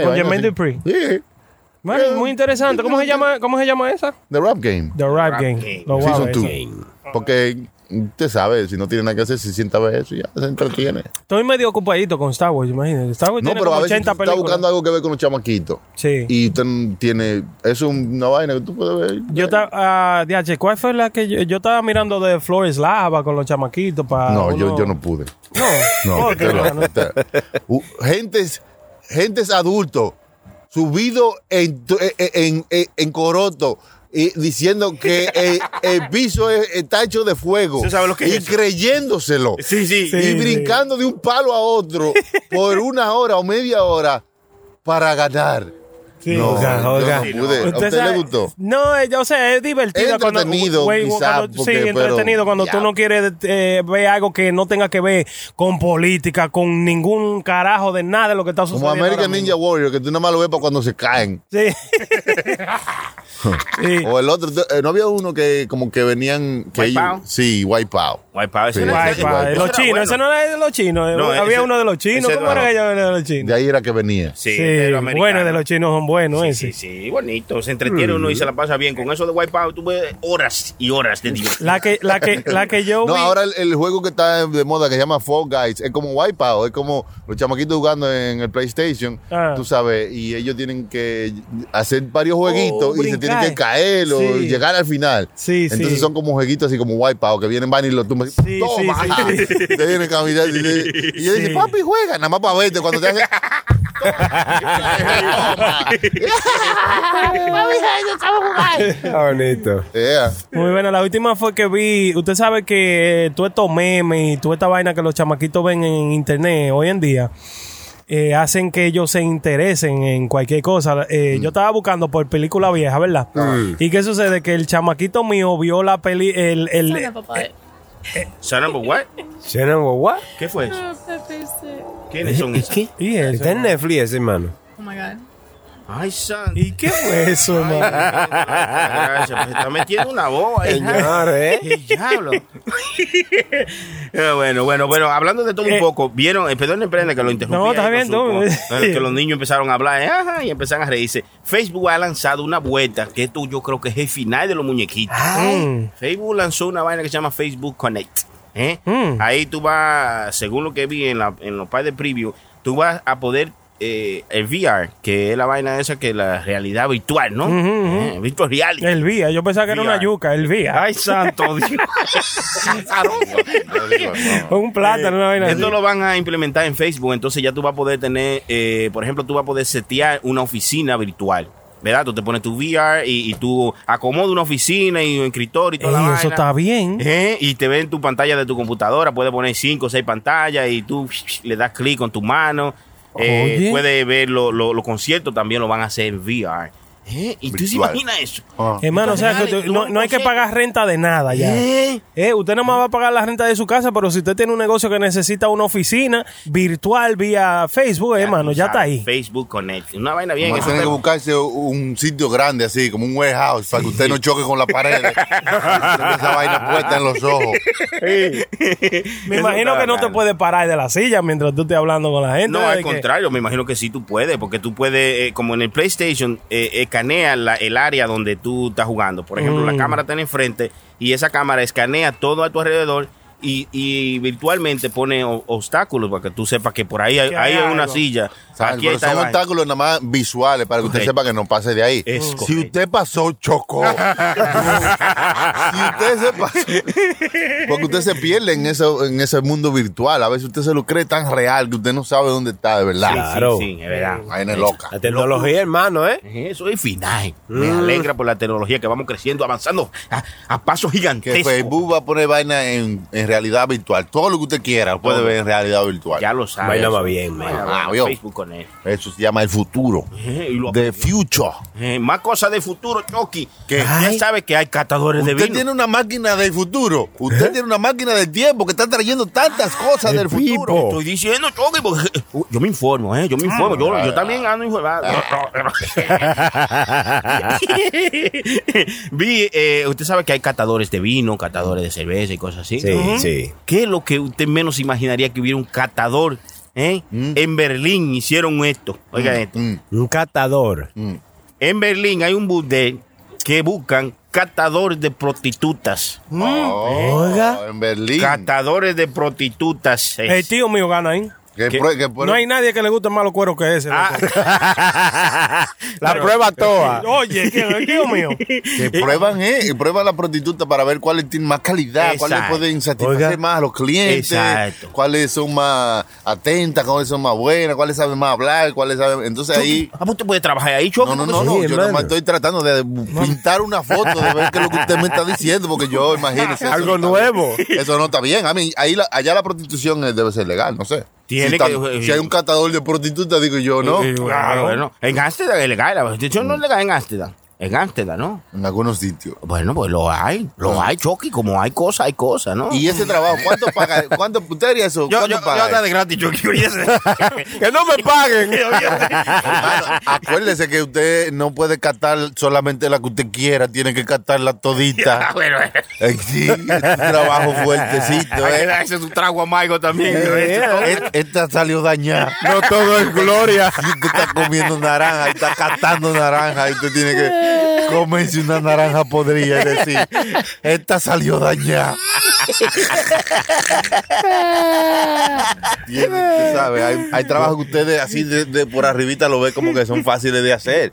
Speaker 1: compañía,
Speaker 5: con
Speaker 1: vaina
Speaker 5: Jermaine
Speaker 1: así.
Speaker 5: Dupri.
Speaker 1: Sí,
Speaker 5: Bueno, muy interesante. ¿Cómo se llama, cómo se llama esa?
Speaker 1: The Rap Game.
Speaker 5: The Rap, Game.
Speaker 6: Game.
Speaker 5: Lo voy a
Speaker 1: Season
Speaker 5: ver,
Speaker 1: 2.
Speaker 5: sí.
Speaker 1: Porque usted sabe, si no tiene nada que hacer, se sienta a ver eso y ya se entretiene.
Speaker 5: Estoy medio ocupadito con Star Wars, imagínate. Star Wars
Speaker 1: No,
Speaker 5: tiene
Speaker 1: pero a
Speaker 5: como
Speaker 1: veces
Speaker 5: 80
Speaker 1: usted está
Speaker 5: películas.
Speaker 1: buscando algo que ver con los chamaquitos.
Speaker 5: Sí.
Speaker 1: Y usted no tiene. Eso es una vaina que tú puedes ver.
Speaker 5: Yo estaba, ah, DH, ¿cuál fue la que yo, yo estaba mirando de Flores Lava con los chamaquitos para.
Speaker 1: No, yo, yo no pude.
Speaker 5: No,
Speaker 1: No,
Speaker 5: ¿por qué,
Speaker 1: te lo-
Speaker 5: hermano?
Speaker 1: te- u- gentes, gentes adultos, subido en, tu- e- e- en, e- en coroto. Y diciendo que eh, el piso es- está hecho de fuego
Speaker 6: ¿Usted sabe lo que
Speaker 1: y
Speaker 6: es eso?
Speaker 1: creyéndoselo
Speaker 6: Sí, sí.
Speaker 5: Sí.
Speaker 1: y brincando de un palo a otro por una hora o media hora para ganar.
Speaker 5: Sí.
Speaker 1: no,
Speaker 7: Oiga,
Speaker 1: yo
Speaker 7: oiga.
Speaker 1: no pude. ¿A
Speaker 5: Usted
Speaker 1: usted
Speaker 5: sabe-
Speaker 1: le gustó?
Speaker 5: No, eh, yo sé, es divertido.
Speaker 1: Entretenido,
Speaker 5: cuando, güey,
Speaker 1: quizá,
Speaker 5: cuando-
Speaker 1: porque-
Speaker 5: sí,
Speaker 1: pero-
Speaker 5: entretenido cuando
Speaker 1: ya.
Speaker 5: tú no quieres eh, ver algo que no tenga que ver con política, con ningún carajo de nada de lo que está sucediendo.
Speaker 1: Como American
Speaker 5: ahora
Speaker 1: Ninja
Speaker 5: mismo.
Speaker 1: Warrior, que tú nada más lo ves para cuando se caen.
Speaker 5: Sí. sí.
Speaker 1: O el otro, eh, no había uno que como que venían. Que
Speaker 6: Wipeout.
Speaker 1: ellos- sí, Wipeout.
Speaker 6: Wipeout, ese
Speaker 1: Sí,
Speaker 6: era-
Speaker 5: Guay,
Speaker 1: ese-
Speaker 5: guay.
Speaker 1: ese
Speaker 5: Los
Speaker 6: era
Speaker 5: chinos,
Speaker 6: bueno.
Speaker 5: ese no era de los chinos. eh,
Speaker 6: No,
Speaker 5: Había
Speaker 6: ese-
Speaker 5: uno de los chinos.
Speaker 6: ese
Speaker 5: ¿Cómo
Speaker 6: no.
Speaker 5: era que yo era de
Speaker 1: De
Speaker 5: los chinos?
Speaker 1: ahí era que venía.
Speaker 6: Sí,
Speaker 5: Sí,
Speaker 6: de los americanos.
Speaker 5: bueno, de los chinos son
Speaker 7: bueno
Speaker 6: Sí,
Speaker 7: ese.
Speaker 6: sí, sí, bonito. Se entretiene uno y se la pasa bien. Con eso de Wipeout tuve horas y horas de Dios.
Speaker 7: La que, la que, la que yo
Speaker 1: No,
Speaker 7: vi-
Speaker 1: ahora el, el juego que está de moda que se llama Fall Guys es como Wipeout, es como los chamaquitos jugando en el PlayStation,
Speaker 7: Ah.
Speaker 1: tú sabes, y ellos tienen que hacer varios jueguitos y se
Speaker 7: brincar.
Speaker 1: tienen que caer o
Speaker 7: Sí.
Speaker 1: llegar al final.
Speaker 7: Sí,
Speaker 1: Entonces
Speaker 7: sí.
Speaker 1: son como jueguitos así como Wipeout, que vienen, van y los tumban.
Speaker 7: Sí, sí,
Speaker 1: ¡Toma!
Speaker 7: sí, sí.
Speaker 1: Te vienen caminando y, te- y ellos
Speaker 7: Sí.
Speaker 1: dicen, papi, juega, nada más para verte cuando te hacen...
Speaker 5: Está Ah, bonito.
Speaker 1: Yeah.
Speaker 7: Muy buena, la última fue que vi, usted sabe que eh, todos estos memes y toda esta vaina que los chamaquitos ven en internet hoy en día, eh, hacen que ellos se interesen en cualquier cosa. Eh, Yo estaba buscando por película vieja, ¿verdad? ¿Y qué sucede? Que el chamaquito mío vio la peli, el, el-
Speaker 9: eh,
Speaker 6: Sarah, but what?
Speaker 5: Shannon, what?
Speaker 6: ¿Qué fue eso? ¿Quiénes son esos?
Speaker 7: ¿Y eso?
Speaker 5: Está en Netflix ese, hermano.
Speaker 9: Oh my God.
Speaker 6: Ay, san.
Speaker 7: ¿Y qué fue eso,
Speaker 6: Ay,
Speaker 7: hermano?
Speaker 6: gracias, pues, está metiendo una boba ahí.
Speaker 5: Señores, ¿eh?
Speaker 6: ¿Qué diablo? Eh, bueno, bueno, bueno, hablando de todo un
Speaker 7: Eh.
Speaker 6: poco, vieron, eh, perdón, prenda que lo interrumpí.
Speaker 7: No,
Speaker 6: ahí
Speaker 7: está
Speaker 6: con
Speaker 7: bien,
Speaker 6: su-
Speaker 7: tú.
Speaker 6: con- con el que los niños empezaron a hablar eh, ajá, y empezaron a reírse. Facebook ha lanzado una vuelta, que esto yo creo que es el final de los muñequitos.
Speaker 7: Mm.
Speaker 6: Facebook lanzó una vaina que se llama Facebook Connect. ¿eh?
Speaker 7: Mm.
Speaker 6: Ahí tú vas, según lo que vi en, la, en los par de preview, tú vas a poder eh, el VR, que es la vaina esa que la realidad virtual, ¿no? Eh, virtual reality.
Speaker 7: El vía, yo pensaba que era una
Speaker 6: Vía.
Speaker 7: yuca, el vía.
Speaker 6: Ay, santo Dios.
Speaker 7: Un plátano, una vaina. así.
Speaker 6: Eh, Esto lo van a implementar en Facebook, entonces ya tú vas a poder tener, eh, por ejemplo, tú vas a poder setear una oficina virtual. ¿Verdad? Tú te pones tu VR y, y tú acomodas una oficina y un escritorio y toda la
Speaker 7: Ey,
Speaker 6: vaina.
Speaker 7: eso está bien.
Speaker 6: Eh, Y te ven tu pantalla de tu computadora, puedes poner cinco o seis pantallas y tú le das clic con tu mano. Eh,
Speaker 7: Oye.
Speaker 6: puedes ver lo- lo- los conciertos, también lo van a hacer en VR. Eh, ¿Y tú se
Speaker 1: Virtual.
Speaker 6: imaginas eso?
Speaker 1: Ah.
Speaker 7: Hermano, o sea, que
Speaker 6: Dale,
Speaker 7: tú-
Speaker 6: tú
Speaker 7: no,
Speaker 6: no
Speaker 7: no hay que
Speaker 6: consigues.
Speaker 7: pagar renta de nada ya.
Speaker 6: ¿Eh?
Speaker 7: Eh, usted nomás va a pagar la renta de su casa, pero si usted tiene un negocio que necesita una oficina virtual vía Facebook, hermano,
Speaker 6: tú
Speaker 7: ya está
Speaker 6: sabes,
Speaker 7: ahí.
Speaker 6: Facebook Connect. Una vaina bien.
Speaker 1: Vamos a
Speaker 6: eso
Speaker 1: tener que
Speaker 6: está-
Speaker 1: buscarse un sitio grande así, como un warehouse, para que usted no choque con la pared. esa vaina puesta en los ojos.
Speaker 7: Me
Speaker 6: Eso
Speaker 7: imagino
Speaker 6: está
Speaker 7: que no te
Speaker 6: bacano.
Speaker 7: puedes parar de la silla mientras tú estés hablando con la gente.
Speaker 6: No,
Speaker 7: de
Speaker 6: al
Speaker 7: que-
Speaker 6: contrario, me imagino que sí tú puedes, porque tú puedes, eh, como en el PlayStation, eh, escanea la- el área donde tú estás jugando. Por ejemplo,
Speaker 7: Mm.
Speaker 6: la cámara está enfrente y esa cámara escanea todo a tu alrededor y, y virtualmente pone o- obstáculos para que tú sepas que por ahí hay,
Speaker 7: Que
Speaker 6: ahí
Speaker 7: hay
Speaker 6: hay una
Speaker 7: algo.
Speaker 6: silla.
Speaker 1: ¿Sabes?
Speaker 6: Aquí
Speaker 1: Pero
Speaker 6: está
Speaker 1: son
Speaker 6: vaina.
Speaker 1: obstáculos nada más visuales para que usted
Speaker 6: Correcto.
Speaker 1: sepa que no pase de ahí.
Speaker 6: Es
Speaker 1: si
Speaker 6: correcto.
Speaker 1: usted pasó, chocó. si usted se pasó. Porque usted se pierde en, eso, en ese mundo virtual. A veces usted se lo cree tan real que usted no sabe dónde está de
Speaker 6: Sí, sí,
Speaker 1: verdad.
Speaker 5: Claro.
Speaker 6: sí, es verdad.
Speaker 1: Vaina loca.
Speaker 5: La tecnología, hermano, ¿eh?
Speaker 6: Eso es final. Me
Speaker 7: Mm.
Speaker 6: alegra por la tecnología que vamos creciendo, avanzando a, a pasos
Speaker 1: Que
Speaker 6: gigantescos.
Speaker 1: Facebook va a poner vaina en, en realidad virtual. Todo lo que usted quiera lo puede
Speaker 6: Todo.
Speaker 1: ver en realidad virtual.
Speaker 6: Ya lo sabes.
Speaker 5: Bailaba bien, man.
Speaker 6: Vaina
Speaker 1: Ah,
Speaker 6: buena,
Speaker 1: vio.
Speaker 6: Facebook con él.
Speaker 1: Eso se llama el futuro.
Speaker 6: Eh, y lo
Speaker 1: The future.
Speaker 6: Eh, más cosas de futuro, Chucky.
Speaker 1: ¿Qué?
Speaker 6: Que
Speaker 1: Ay.
Speaker 6: ya sabe que hay catadores de
Speaker 1: Usted
Speaker 6: vino.
Speaker 1: tiene una máquina del futuro.
Speaker 5: ¿Eh?
Speaker 1: Usted tiene una máquina del tiempo que está trayendo tantas cosas del futuro.
Speaker 5: Pipo.
Speaker 6: Estoy diciendo, Chucky, porque Uh, yo me informo, ¿eh? Yo me informo. yo, yo también ando informado.
Speaker 1: Ah.
Speaker 6: Vi, eh, usted sabe que hay catadores de vino, catadores de cerveza y cosas así.
Speaker 5: Sí, sí.
Speaker 6: ¿Qué es lo que usted menos imaginaría que hubiera un catador? eh? En Berlín hicieron esto. Oiga esto.
Speaker 1: Mm.
Speaker 5: Un catador.
Speaker 6: En Berlín hay un burdel que buscan catadores de prostitutas.
Speaker 1: Oh,
Speaker 5: Mm. Oiga.
Speaker 1: En Berlín.
Speaker 6: Catadores de prostitutas. eh.
Speaker 5: Eh,
Speaker 6: es.
Speaker 7: El tío mío gana ahí.
Speaker 1: Que
Speaker 6: ¿Qué?
Speaker 1: pro- que pro-
Speaker 7: no hay nadie que le guste más los cueros que ese.
Speaker 6: Ah.
Speaker 5: La prueba
Speaker 6: eh,
Speaker 5: toda.
Speaker 7: loco. eh, Oye, ¿qué- el tío mío.
Speaker 1: que prueban, eh, y prueban la prostituta para ver cuáles tienen más calidad, cuáles
Speaker 6: Exacto.
Speaker 1: pueden satisfacer
Speaker 5: Oiga.
Speaker 1: más a los clientes,
Speaker 6: Exacto.
Speaker 1: cuáles son más atentas, cuáles son más buenas, cuáles saben más hablar, cuáles saben. Entonces ahí.
Speaker 6: Ah, pues usted puede trabajar ahí, Choco.
Speaker 1: No, no,
Speaker 6: porque
Speaker 1: no,
Speaker 6: eso-
Speaker 1: no,
Speaker 5: Sí,
Speaker 1: yo nada más
Speaker 5: hermano.
Speaker 1: estoy tratando de pintar una foto, de ver qué es lo que usted me está diciendo, porque yo, imagínese. eso
Speaker 5: Algo
Speaker 1: no está
Speaker 5: nuevo.
Speaker 1: bien. Eso no está bien. A mí, ahí la- allá la prostitución eh, debe ser legal, no sé.
Speaker 6: Tiene
Speaker 1: si,
Speaker 6: que- eh,
Speaker 1: tan- si hay un catador de prostitutas, digo yo, no.
Speaker 6: Claro, bueno. En Ámsterdam es legal, la prostitución no es legal en Ámsterdam. En Ámsterdam, ¿no?
Speaker 1: en algunos sitios.
Speaker 6: Bueno, pues lo hay, lo hay, Chucky, como hay cosas, hay cosas, ¿no?
Speaker 1: Ah. Y ese trabajo, ¿cuánto paga? ¿Cuánto usted haría eso?
Speaker 6: yo,
Speaker 1: ¿Cuánto
Speaker 6: yo, yo
Speaker 1: paga?
Speaker 6: hasta de gratis, Chucky, oye, ese-
Speaker 5: ¡Que no me paguen!
Speaker 1: Hermano, acuérdese que usted no puede catar solamente la que usted quiera, tiene que catarla todita.
Speaker 6: Ah, bueno, eh.
Speaker 1: Eh, Sí, es un trabajo fuertecito,
Speaker 6: Hay que
Speaker 1: ¿eh?
Speaker 6: darse su trago amargo también. ¿no?
Speaker 1: Et- Esta salió dañada. No todo es gloria. Y tú estás comiendo naranja, y estás catando naranja, y tú tienes que comerse una naranja podrida. Es decir, esta salió dañada. Tiene- tú sabes, hay, hay trabajos que ustedes así de, de por arribita lo ven como que son fáciles de hacer.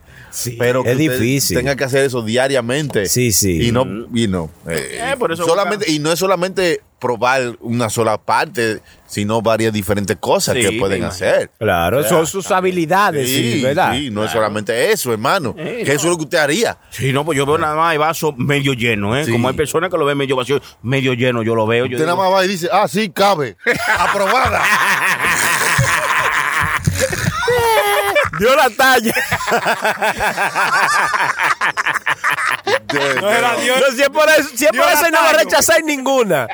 Speaker 1: pero que
Speaker 5: es
Speaker 1: usted
Speaker 5: difícil.
Speaker 1: Tenga que hacer eso diariamente.
Speaker 5: Sí, sí.
Speaker 1: Y no, y no. eh,
Speaker 6: Eh, por eso
Speaker 1: solamente, y no es solamente probar una sola parte, sino varias diferentes cosas
Speaker 6: Sí,
Speaker 1: que pueden
Speaker 6: me
Speaker 1: hacer.
Speaker 5: Claro, son sus habilidades, sí, ¿verdad?
Speaker 1: sí, no es solamente eso, hermano. que eso es lo que usted haría.
Speaker 6: Sí, no, pues yo veo nada más el vaso medio lleno, ¿eh?
Speaker 1: Sí.
Speaker 6: Como hay personas que lo ven medio vacío, medio lleno, yo lo veo. Yo
Speaker 1: Usted nada
Speaker 6: digo,
Speaker 1: más va y dice, ah, sí, cabe. Aprobada.
Speaker 5: Dio la talla.
Speaker 1: De-
Speaker 5: No, si es por eso, si es por eso no va a rechazar ninguna.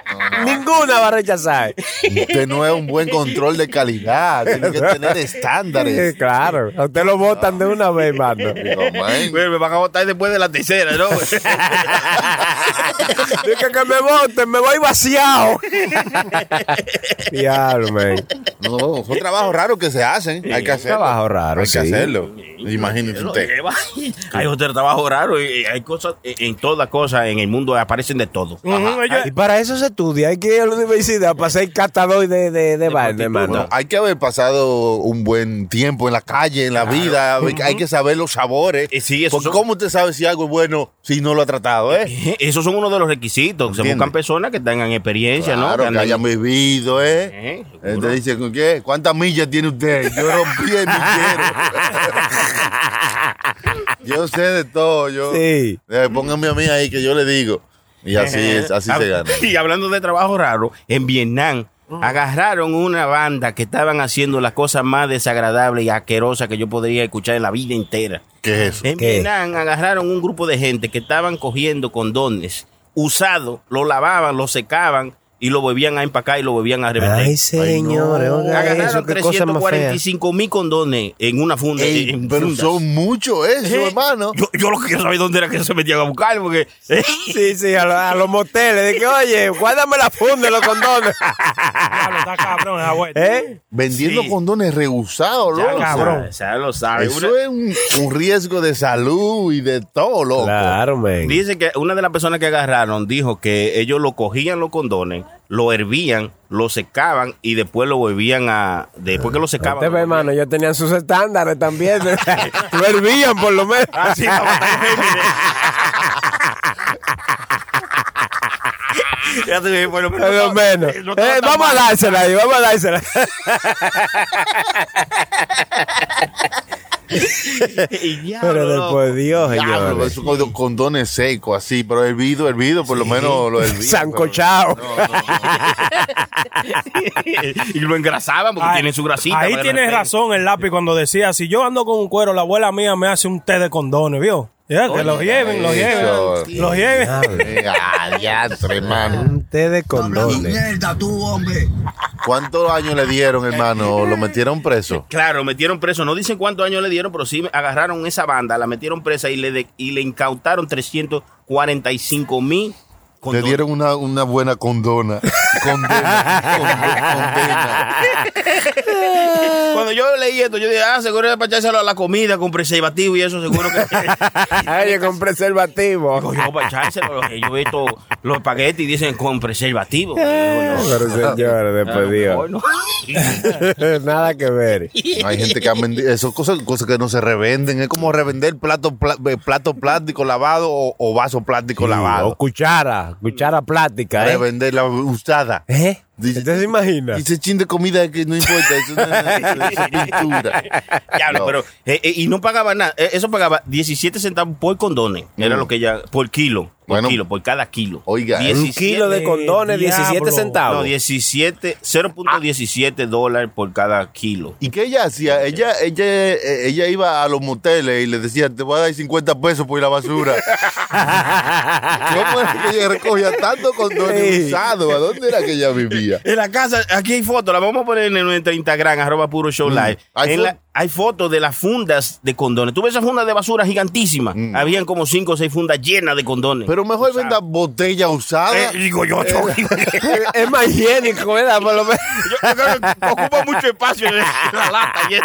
Speaker 5: Ninguna va a rechazar.
Speaker 1: Usted no es un buen control de calidad. Tiene que tener estándares.
Speaker 5: Eh, Claro, a usted lo votan de una vez, mano.
Speaker 1: Digo, man.
Speaker 6: "Güey, Me van a votar después de la tercera, ¿no?
Speaker 5: Dije que me voten, me voy vaciado. Diablo, man.
Speaker 1: No, son trabajos raros que se hacen. Hay que hacerlo.
Speaker 5: trabajo raro,
Speaker 1: Hay
Speaker 5: sí.
Speaker 1: que hacerlo. Imagínese
Speaker 6: Pero,
Speaker 1: usted.
Speaker 6: eh, va, hay otro trabajo raro y y hay cosas, eh, en todas cosas en el mundo aparecen de todo.
Speaker 7: Ujú, ellos-
Speaker 5: Y para eso se estudia, hay que ir a la universidad para ser catador de, de, de vaina,
Speaker 1: Bueno,
Speaker 5: hermano.
Speaker 1: hay que haber pasado un buen tiempo en la calle, en la vida. Hay que- Hay que saber los sabores.
Speaker 6: Eh, sí, eso
Speaker 1: Porque
Speaker 6: son-
Speaker 1: ¿Cómo usted sabe si algo es bueno si no lo ha tratado, eh?
Speaker 6: Eh, Esos son uno de los requisitos. Se
Speaker 1: Entiende.
Speaker 6: buscan personas que tengan experiencia, ¿no?
Speaker 1: Claro,
Speaker 6: Que
Speaker 1: que
Speaker 6: andan-
Speaker 1: hayan vivido, ¿eh?
Speaker 6: Eh, seguro.
Speaker 1: Entonces dice, ¿con ¿qué? ¿Cuántas millas tiene usted? Yo rompí el millero. yo sé de todo. Yo,
Speaker 5: Sí.
Speaker 1: Eh, pónganme a mí ahí que yo le digo. Y así es, así se gana.
Speaker 6: Ah, Y hablando de trabajo raro, en Vietnam agarraron una banda que estaban haciendo las cosas más desagradables y asquerosas que yo podría escuchar en la vida entera.
Speaker 1: ¿Qué es eso?
Speaker 6: En
Speaker 5: ¿Qué?
Speaker 6: Vietnam agarraron un grupo de gente que estaban cogiendo condones usados, lo lavaban, lo secaban y lo volvían a empacar y lo volvían a revender.
Speaker 5: Ay, señores, oiga eso,
Speaker 6: Agarraron
Speaker 5: qué cosa más fea.
Speaker 6: 345 mil condones en una funda.
Speaker 1: Ey,
Speaker 6: en
Speaker 1: pero
Speaker 6: fundas.
Speaker 1: son muchos eso,
Speaker 6: Eh,
Speaker 1: hermano.
Speaker 6: Yo, yo lo que quiero saber es dónde era que se metían a buscar, porque eh,
Speaker 5: Sí, sí, a, lo- a los moteles. De que, oye, guárdame la funda y los condones.
Speaker 7: Diablo, está cabrón esa vuelta.
Speaker 5: ¿Eh?
Speaker 1: Vendiendo
Speaker 6: sí.
Speaker 1: condones reusados,
Speaker 6: ya
Speaker 1: loco.
Speaker 6: lo
Speaker 7: cabrón.
Speaker 6: sabe, ya lo sabe. Una-
Speaker 1: Eso es un, un riesgo de salud y de todo, loco.
Speaker 5: Claro, man.
Speaker 6: Dice que una de las personas que agarraron dijo que ellos lo cogían los condones, lo hervían, lo secaban y después lo volvían a. Después que lo secaban.
Speaker 5: Usted ve,
Speaker 6: lo volvían-
Speaker 5: hermano, ellos tenían sus estándares también. lo hervían, por lo menos.
Speaker 6: Así la batalla femenina. Ya te dije, bueno, pero
Speaker 5: Por lo
Speaker 6: no-
Speaker 5: menos.
Speaker 6: no estaba
Speaker 5: Eh,
Speaker 6: tan
Speaker 5: vamos a
Speaker 6: mal.
Speaker 5: dársela ahí, vamos a dársela.
Speaker 6: Y ya,
Speaker 5: Pero
Speaker 6: loco.
Speaker 5: después, Dios,
Speaker 1: Diablo,
Speaker 5: señores.
Speaker 1: esos con- condones secos, así, pero hervido, hervido, por lo menos lo hervido.
Speaker 5: Sancochado.
Speaker 6: y lo engrasaban porque
Speaker 7: Ay,
Speaker 6: tienen su grasita.
Speaker 7: Ahí
Speaker 6: para
Speaker 7: tienes
Speaker 6: derretir.
Speaker 7: razón el lápiz cuando decía, si yo ando con un cuero, la abuela mía me hace un té de condones, ¿vio? Ya, que los lleven, los lleven,
Speaker 1: eso.
Speaker 7: los lleven.
Speaker 1: Eh, ah, ya, hermano.
Speaker 5: Un té de condones.
Speaker 1: ¿Cuántos años le dieron, hermano? ¿Lo metieron preso?
Speaker 6: Claro, metieron preso. No dicen cuántos años le dieron, pero sí agarraron esa banda, la metieron presa y le, de- y le incautaron 345 mil.
Speaker 1: Le dieron una, una buena condona. Condena. condo- condena.
Speaker 6: Cuando yo leí esto, yo dije, ah, seguro era para echárselo a la comida con preservativo y eso, seguro que.
Speaker 5: Ay, yo con preservativo.
Speaker 6: Digo yo, para echárselo. Yo he visto los espaguetis y dicen con preservativo. Digo yo,
Speaker 5: Pero señores, después Dios.
Speaker 6: bueno.
Speaker 5: Nada que ver.
Speaker 1: Hay gente que ha vendido. Eso cosas, cosas que no se revenden. Es como revender plato, pla- eh, plato plástico lavado o, o vaso plástico
Speaker 5: O
Speaker 1: lavado.
Speaker 5: cuchara, cuchara plástica. ¿eh?
Speaker 1: Revender la usada.
Speaker 5: ¿Eh?
Speaker 1: Dice,
Speaker 5: ¿Usted se imagina?
Speaker 1: dice chin de comida que no importa, es una, es una pintura.
Speaker 6: Diablo,
Speaker 1: No.
Speaker 6: pero. eh, eh, y no pagaba nada. Eh, Eso pagaba 17 centavos por condones. Era lo que ella. Por kilo. Por
Speaker 1: Mm. Bueno.
Speaker 6: kilo, por cada kilo.
Speaker 1: Oiga, un
Speaker 5: Un kilo de condones, 17
Speaker 7: Diablo.
Speaker 5: centavos.
Speaker 6: No, 17, Ah. 0.17 dólares por cada kilo.
Speaker 1: ¿Y qué ella hacía? Ella, ella, eh, ella iba a los moteles y le decía, te voy a dar 50 pesos por ir a la basura. ¿Cómo era que ella recogía tanto condones usados? ¿A dónde era que ella vivía?
Speaker 6: En la casa, aquí hay fotos, la vamos a poner en nuestra Instagram, arroba puro show live.
Speaker 1: Mm. Hay
Speaker 6: En
Speaker 1: fo-
Speaker 6: la- hay fotos de las fundas de condones. Tú ves esas fundas de basura gigantísimas. Habían como cinco o seis fundas llenas de condones.
Speaker 1: Mm. Pero mejor venda botella usada.
Speaker 6: Eh, digo yo, yo, yo
Speaker 5: es más higiénico, ¿verdad? Por lo menos.
Speaker 6: creo que ocupa mucho espacio en la lata y eso.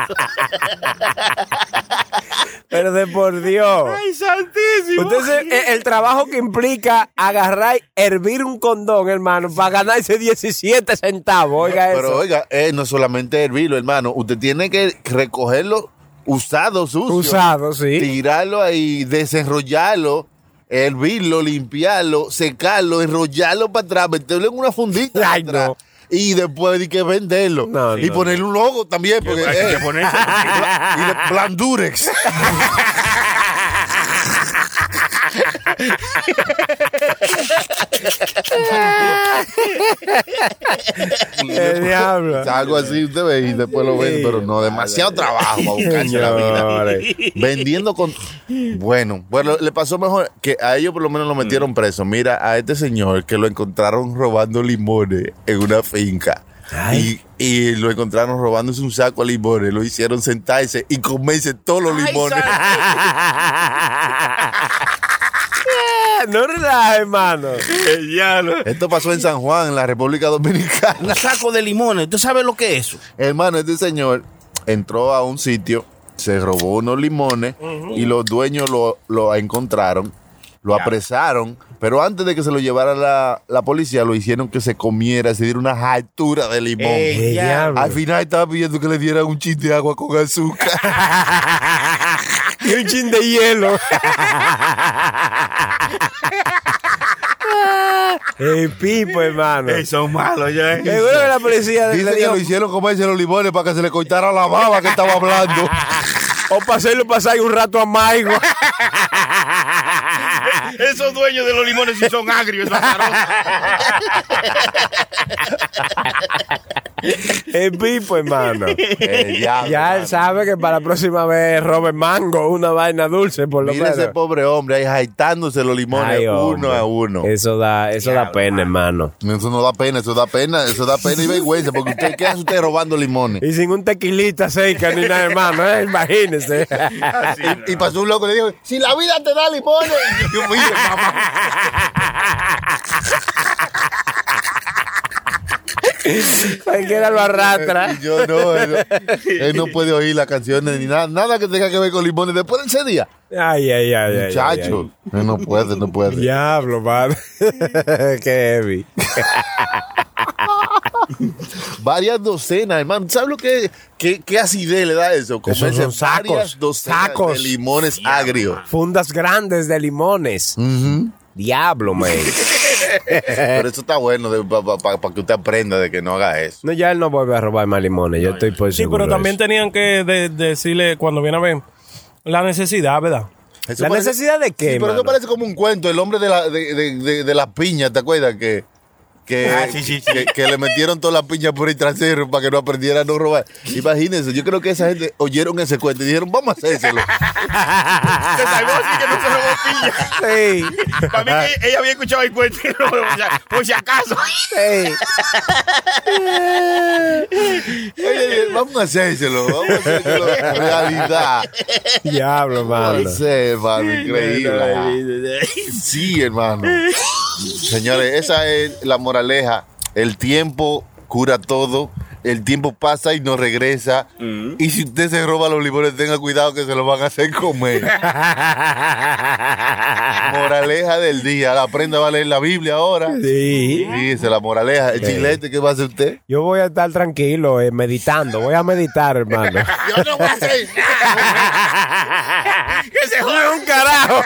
Speaker 5: Pero de por Dios.
Speaker 6: santísimo!
Speaker 5: Usted se- el, el trabajo que implica agarrar, hervir un condón, hermano, para ganarse 17 centavos. Oiga eso.
Speaker 1: Pero oiga, eh, no solamente hervirlo, hermano. Usted tiene que recogerlo usado, sucio.
Speaker 5: Usado, sí.
Speaker 1: Tirarlo ahí, desenrollarlo, hervirlo, limpiarlo, secarlo, enrollarlo para atrás, meterlo en una fundita. para
Speaker 5: Ay,
Speaker 1: atrás.
Speaker 5: no.
Speaker 1: Y después hay que venderlo.
Speaker 5: No,
Speaker 1: y
Speaker 5: no,
Speaker 1: ponerle un logo también. Porque, eh,
Speaker 6: Hay que ponerse-
Speaker 1: y de Blandurex.
Speaker 5: El diablo.
Speaker 1: Algo así usted ve y después lo ven, pero no, demasiado trabajo para buscarse la vida.
Speaker 5: Señores.
Speaker 1: Vendiendo con. Bueno, bueno, le pasó mejor que a ellos por lo menos lo metieron preso. Mira, a este señor que lo encontraron robando limones en una finca. Y, y lo encontraron robándose un saco de limones. Lo hicieron sentarse y comerse todos los limones.
Speaker 5: Eh, no relajes, hermano.
Speaker 1: Esto pasó en San Juan, en la República Dominicana.
Speaker 6: Un saco de limones. ¿Tú sabes lo que es eso?
Speaker 1: Hermano, este señor entró a un sitio, se robó unos limones y los dueños lo, lo encontraron, lo apresaron, pero antes de que se lo llevara la, la policía, lo hicieron que se comiera, se diera una altura de limón.
Speaker 6: Eh,
Speaker 5: El diablo.
Speaker 1: Al final estaba pidiendo que le dieran un chiste de agua con azúcar.
Speaker 5: Y un chin de hielo. El pipo, hermano.
Speaker 6: son malos, ya.
Speaker 5: Seguro que la policía le
Speaker 1: Dice que
Speaker 5: dijo,
Speaker 1: lo hicieron comerse los limones para que se le cortara la baba que estaba hablando.
Speaker 5: o para hacerlo pasar un rato amargo.
Speaker 6: Esos dueños de los limones sí son agrios.
Speaker 5: El pipo, hermano.
Speaker 1: Eh, diablo,
Speaker 5: Ya él
Speaker 1: hermano.
Speaker 5: sabe que para la próxima vez robe mango, una vaina dulce, por lo
Speaker 1: Mira ese
Speaker 5: menos.
Speaker 1: pobre hombre ahí jaitándose los limones
Speaker 5: Ay,
Speaker 1: uno
Speaker 5: hombre.
Speaker 1: a uno.
Speaker 5: Eso da, eso da pena, hermano.
Speaker 1: Eso no da pena, eso da pena, eso da pena y vergüenza, porque usted, ¿qué hace usted robando limones?
Speaker 5: Y sin un tequilita seca ni nada, hermano, ¿eh? imagínese.
Speaker 1: Y, y pasó un loco y le dijo, si la vida te da limones, y yo, "Mire, mamá".
Speaker 5: Cualquiera lo arrastra.
Speaker 1: Y yo no, él, no- él no puede oír las canciones ni nada, nada que tenga que ver con limones. Después de ese día,
Speaker 5: Ay, ay, ay, ay.
Speaker 1: muchacho, él no puede, no
Speaker 5: ay, ay.
Speaker 1: puede.
Speaker 5: Diablo, mano. Qué heavy.
Speaker 1: Varias docenas, hermano. ¿Sabes lo que qué, qué acidez le da eso? Comerse
Speaker 5: son sacos,
Speaker 1: varias docenas
Speaker 5: sacos. ah.
Speaker 1: de limones agrios.
Speaker 5: Fundas grandes de limones. Diablo, man.
Speaker 1: Pero eso está bueno para que usted aprenda de que no haga eso.
Speaker 5: No, ya él no vuelve a robar más limones, yo estoy por
Speaker 7: Sí,
Speaker 5: seguro.
Speaker 7: pero
Speaker 5: de
Speaker 7: también
Speaker 5: eso.
Speaker 7: tenían que de- decirle cuando viene a ver la necesidad, ¿verdad?
Speaker 1: Eso
Speaker 5: ¿La necesidad de
Speaker 1: Sí,
Speaker 5: qué,
Speaker 1: pero eso
Speaker 5: mano?
Speaker 1: parece como un cuento. El hombre de la, de, de, de, de las piñas, ¿te acuerdas? Que, que,
Speaker 6: Ah, sí, sí, sí.
Speaker 1: que, que le metieron todas las piñas por el trasero para que no aprendiera a no robar. Imagínense, yo creo que esa gente oyeron ese cuento y dijeron, vamos a hacérselo.
Speaker 6: Se salvó así que no se robó pilla.
Speaker 5: Sí,
Speaker 6: Para mí que ella había escuchado el cuento. y no, por si ac- Por si acaso.
Speaker 5: sí.
Speaker 1: Oye, vamos a hacérselo, vamos a hacérselo. Realidad.
Speaker 5: Diablo, mano.
Speaker 1: Puede ser, hermano, increíble. Sí, hermano. Señores, esa es la moraleja. El tiempo cura todo. El tiempo pasa y no regresa.
Speaker 5: Mm.
Speaker 1: Y si usted se roba los limones, tenga cuidado que se los van a hacer comer. moraleja del día. La prenda va a leer la Biblia ahora.
Speaker 5: Sí.
Speaker 1: Dice la moraleja. El chilete, ¿qué va a hacer usted?
Speaker 5: Yo voy a estar tranquilo, eh, meditando. Voy a meditar, hermano.
Speaker 1: Yo no voy a hacer
Speaker 6: Que se joda un carajo.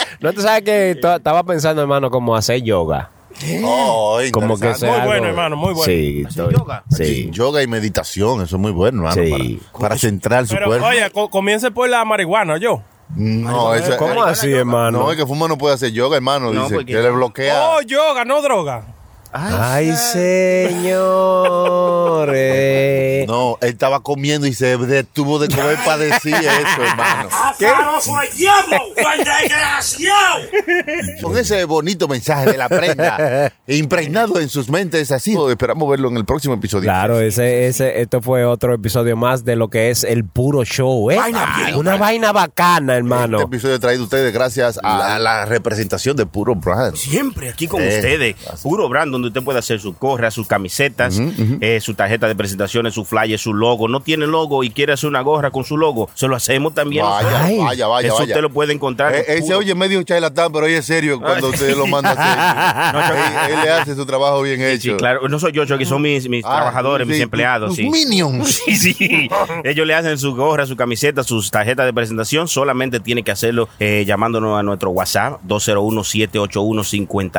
Speaker 5: No te sabes que to- estaba pensando, hermano, como hacer yoga.
Speaker 1: Oh,
Speaker 5: Como que
Speaker 1: interesante.
Speaker 5: sea
Speaker 7: Muy bueno,
Speaker 5: algo-
Speaker 7: hermano, muy bueno.
Speaker 5: Sí, estoy-
Speaker 6: yoga?
Speaker 5: Sí.
Speaker 1: Yoga y meditación, eso es muy bueno, hermano.
Speaker 5: Sí.
Speaker 1: Para, para centrar su
Speaker 7: Pero
Speaker 1: cuerpo.
Speaker 7: oye, co- comience por la marihuana, yo.
Speaker 1: no, eso,
Speaker 5: ¿Cómo
Speaker 1: eh,
Speaker 5: así,
Speaker 1: No,
Speaker 5: hermano?
Speaker 1: es que Fuma no puede hacer yoga, hermano.
Speaker 6: No,
Speaker 1: dice
Speaker 6: porque-
Speaker 1: que le bloquea.
Speaker 7: Oh, yoga, no droga.
Speaker 5: Ay, señores.
Speaker 1: No, él estaba comiendo y se detuvo de comer para decir eso, hermano.
Speaker 3: ¡Azaroso el diablo! ¡Cuál desgraciado!
Speaker 1: Con ese bonito mensaje de la prenda impregnado en sus mentes, así esperamos verlo en el próximo episodio. Este
Speaker 5: Claro, ese, ese, esto fue otro episodio más de lo que es el puro show, ¿eh? Ay, una vaina bacana,
Speaker 1: Este
Speaker 5: hermano. Eh,
Speaker 1: episodio traído a ustedes gracias a, a la representación de Puro Brand.
Speaker 6: Siempre aquí con
Speaker 1: Sí.
Speaker 6: ustedes. Puro brand donde usted puede hacer sus gorras, sus camisetas, eh, su tarjeta de presentaciones, su flyer, su logo. No tiene logo y quiere hacer una gorra con su logo. Se lo hacemos también.
Speaker 1: Vaya,
Speaker 5: Ay.
Speaker 1: vaya, vaya,
Speaker 6: Eso
Speaker 1: vaya.
Speaker 6: usted lo puede encontrar.
Speaker 1: Eh,
Speaker 6: en
Speaker 1: ese
Speaker 6: Puro.
Speaker 1: oye medio charlatán, pero oye es serio cuando usted lo manda a hacer. él, él le hace su trabajo bien hecho.
Speaker 6: Sí, claro. No soy yo, yo que son mis, mis
Speaker 1: Ah,
Speaker 6: trabajadores, mis
Speaker 1: sí,
Speaker 6: empleados.
Speaker 1: tus
Speaker 6: sí.
Speaker 1: Minions.
Speaker 6: Sí, sí. Ellos le hacen su gorra, su camiseta, sus tarjetas de presentación. Solamente tiene que hacerlo eh, llamándonos a nuestro WhatsApp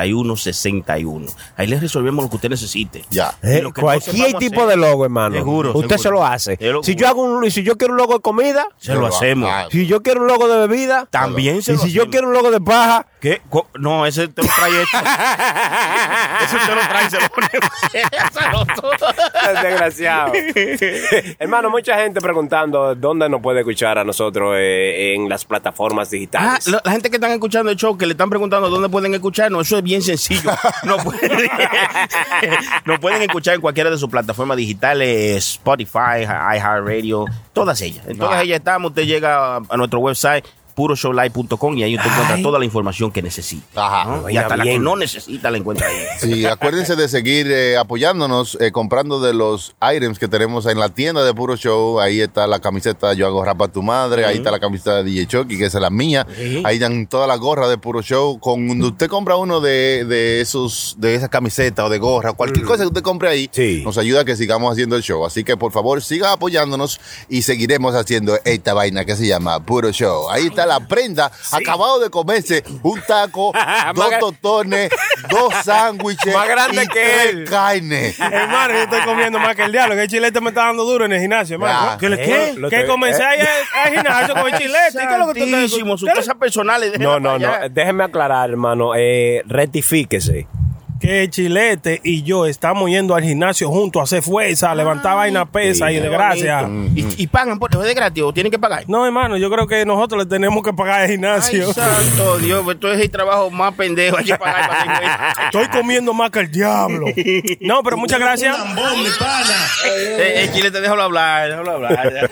Speaker 6: 201-781-5161. Ahí les resolvemos lo que usted necesite.
Speaker 1: Ya.
Speaker 5: Eh,
Speaker 6: lo que no
Speaker 5: Cualquier
Speaker 6: sepamos
Speaker 5: tipo
Speaker 6: hacer.
Speaker 5: de logo, hermano.
Speaker 6: Seguro,
Speaker 5: Usted
Speaker 6: seguro.
Speaker 5: se lo hace.
Speaker 6: Yo lo-
Speaker 5: Si yo hago un, si yo quiero un logo de comida,
Speaker 6: Se lo
Speaker 1: Pero,
Speaker 6: hacemos.
Speaker 1: ah,
Speaker 5: si yo quiero un logo de bebida,
Speaker 6: También se
Speaker 5: y
Speaker 6: lo
Speaker 5: si yo
Speaker 6: hacemos.
Speaker 5: quiero un logo de paja,
Speaker 6: ¿Qué? Co- No, ese te lo trae hecho. ese te lo trae, se lo ponemos.
Speaker 5: Desgraciado. Hermano, mucha gente preguntando dónde nos puede escuchar a nosotros eh, en las plataformas
Speaker 6: Ah,
Speaker 5: digitales.
Speaker 6: la, la gente que están escuchando el show, que le están preguntando dónde pueden escucharnos, eso es bien sencillo. No pueden, nos pueden escuchar en cualquiera de sus plataformas digitales, Spotify, iHeartRadio, todas ellas. En todas ellas estamos. Usted llega a, a nuestro website puroshowlive.com y ahí usted encuentra toda la información que necesita.
Speaker 1: Ajá.
Speaker 6: ¿no? Y hasta la
Speaker 5: bien.
Speaker 6: que no necesita la encuentra ahí.
Speaker 1: Sí, acuérdense de seguir eh, apoyándonos, eh, comprando de los items que tenemos en la tienda de Puro Show. Ahí está la camiseta Yo hago rapa a tu madre. Ahí está la camiseta de DJ Chucky, que esa es la mía. Ahí están todas las gorras de Puro Show. Cuando usted compra uno de, de esos, de esas camisetas o de gorra, cualquier cosa que usted compre ahí,
Speaker 5: Sí.
Speaker 1: nos ayuda a que sigamos haciendo el show. Así que por favor, siga apoyándonos y seguiremos haciendo esta vaina que se llama Puro Show. Ahí está la prenda. Acabado de comerse un taco, dos
Speaker 5: Más-
Speaker 1: tostones, dos sándwiches
Speaker 5: Más grande
Speaker 1: y
Speaker 5: que
Speaker 1: tres
Speaker 5: él.
Speaker 1: carnes.
Speaker 7: Hermano, yo estoy comiendo más que el diablo. Que el chilete me está dando duro en el gimnasio, hermano.
Speaker 1: Ah,
Speaker 7: ¿Qué?
Speaker 5: eh, lo
Speaker 7: Que
Speaker 5: te-
Speaker 7: comencé
Speaker 5: eh.
Speaker 7: ahí al al gimnasio con el chilete. ¿Qué es lo que tú estás-
Speaker 6: Santísimo, sus
Speaker 7: ¿Qué-
Speaker 6: cosas personales.
Speaker 5: No,
Speaker 6: déjenla
Speaker 5: no,
Speaker 6: para
Speaker 5: no.
Speaker 6: allá.
Speaker 5: Déjeme aclarar, hermano. Eh, rectifíquese.
Speaker 7: Que el chilete y yo estamos yendo al gimnasio juntos a hacer fuerza, a levantar vaina pesa y de gracia.
Speaker 6: Y, y pagan, por, ¿es de gratis o tienen que pagar?
Speaker 7: No, hermano, yo creo que nosotros le tenemos que pagar al
Speaker 6: Ay,
Speaker 7: gimnasio.
Speaker 6: santo Dios, pues, esto es el trabajo más pendejo. Hay que pagar para hacer eso.
Speaker 7: Estoy comiendo más que el diablo. No, pero muchas gracias.
Speaker 6: Eh, eh, Chile, te déjalo hablar, déjalo hablar.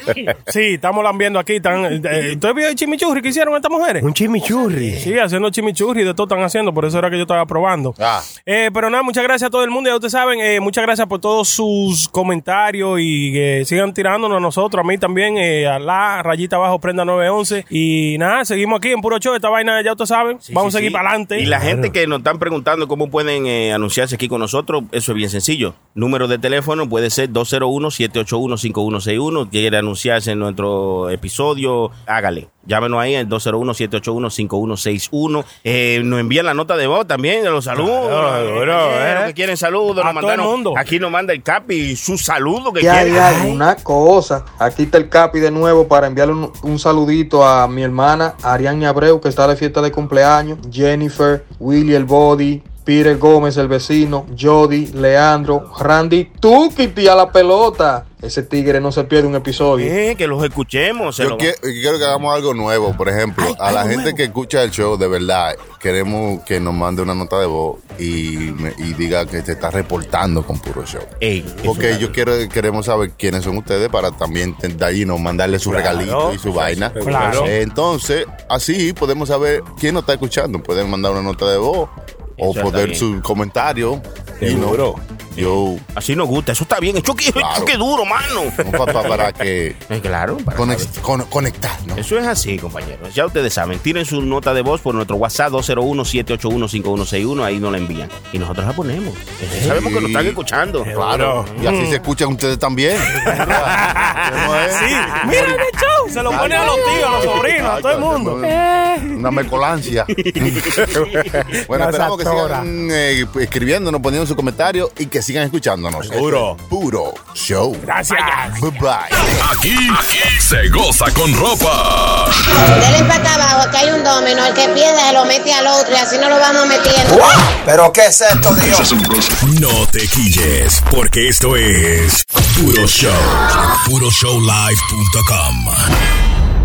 Speaker 7: Sí, estamos lambiendo aquí. Están, eh, ¿Tú vio el chimichurri que hicieron estas mujeres?
Speaker 5: Un chimichurri.
Speaker 7: Sí, haciendo chimichurri, de todo están haciendo, por eso era que yo estaba probando.
Speaker 1: Ah.
Speaker 7: Eh, pero nada, muchas gracias a todo el mundo, ya ustedes saben, eh, muchas gracias por todos sus comentarios y eh, sigan tirándonos a nosotros, a mí también, eh, a la rayita abajo, prenda 911. Y nada, seguimos aquí en puro show, esta vaina ya ustedes saben, vamos a seguir para adelante.
Speaker 6: Y la gente que nos están preguntando cómo pueden eh, anunciarse aquí con nosotros, eso es bien sencillo. Número de teléfono puede ser 201-781-5161. Quiere anunciarse en nuestro episodio, hágale. Llámenos ahí al 201-781-5161. Eh, nos envían la nota de voz también, de los saludos.
Speaker 5: Claro,
Speaker 6: Los
Speaker 5: claro,
Speaker 6: compañeros
Speaker 5: eh.
Speaker 6: que quieren saludos.
Speaker 7: A
Speaker 6: nos
Speaker 7: todo el
Speaker 6: mandaron-
Speaker 7: mundo.
Speaker 6: Aquí nos manda el Capi su saludo que
Speaker 9: Ya,
Speaker 6: quiere.
Speaker 9: ya, una cosa. Aquí está el Capi de nuevo para enviarle un, un saludito a mi hermana Ariane Abreu, que está de fiesta de cumpleaños. Jennifer, Willy el Body, Peter Gómez el vecino, Jody, Leandro, Randy Tukiti a la pelota. Ese tigre no se pierde un episodio.
Speaker 6: Eh, que los escuchemos. se
Speaker 1: Yo
Speaker 6: lo-
Speaker 1: que- yo quiero que hagamos algo nuevo, por ejemplo, a la gente que escucha el show, de verdad, queremos que nos mande una nota de voz y, me- y diga que se está reportando con Puro Show.
Speaker 6: Ey,
Speaker 1: Porque
Speaker 6: eso-
Speaker 1: yo quiero, queremos saber quiénes son ustedes para también ten- de ahí nos mandarle su regalito y su vaina.
Speaker 5: Claro.
Speaker 1: Eh, Entonces, así podemos saber quién nos está escuchando. Pueden mandar una nota de voz o
Speaker 6: Eso está
Speaker 1: poner
Speaker 6: bien.
Speaker 1: su comentario. Y no-
Speaker 5: Seguro.
Speaker 1: yo,
Speaker 6: Así nos gusta, eso está bien. El choque, el
Speaker 1: Claro.
Speaker 6: choque duro, mano.
Speaker 1: no, pa- pa- para que
Speaker 6: Eh, claro, para saber.
Speaker 1: conex- con- conectar, ¿no?
Speaker 6: Eso es así, compañeros. Ya ustedes saben, tiren su nota de voz por nuestro WhatsApp 201-781-5161. Ahí nos la envían. Y nosotros la ponemos. Eh, Sabemos que nos están escuchando.
Speaker 5: mm.
Speaker 1: Claro. Y así se escuchan ustedes también. Claro. ¿Cómo es?
Speaker 7: Sí, mira el show. Eh.
Speaker 5: Se lo pone a los tíos, a los sobrinos, a todo el mundo.
Speaker 1: Una mecolancia. bueno,
Speaker 6: Las
Speaker 1: esperamos que
Speaker 6: actoras.
Speaker 1: sigan eh, escribiéndonos, poniendo sus comentarios y que sigan escuchándonos.
Speaker 6: Seguro.
Speaker 1: Puro show.
Speaker 6: Gracias.
Speaker 1: Bye bye.
Speaker 2: Aquí, aquí se goza con ropa.
Speaker 7: Dele para acá abajo, que hay un domino. El que pierde se lo mete al otro y así no lo vamos metiendo.
Speaker 8: ¿Pero qué es esto, Dios?
Speaker 2: No te quilles, porque esto es Puro Show. PuroShowLive.com.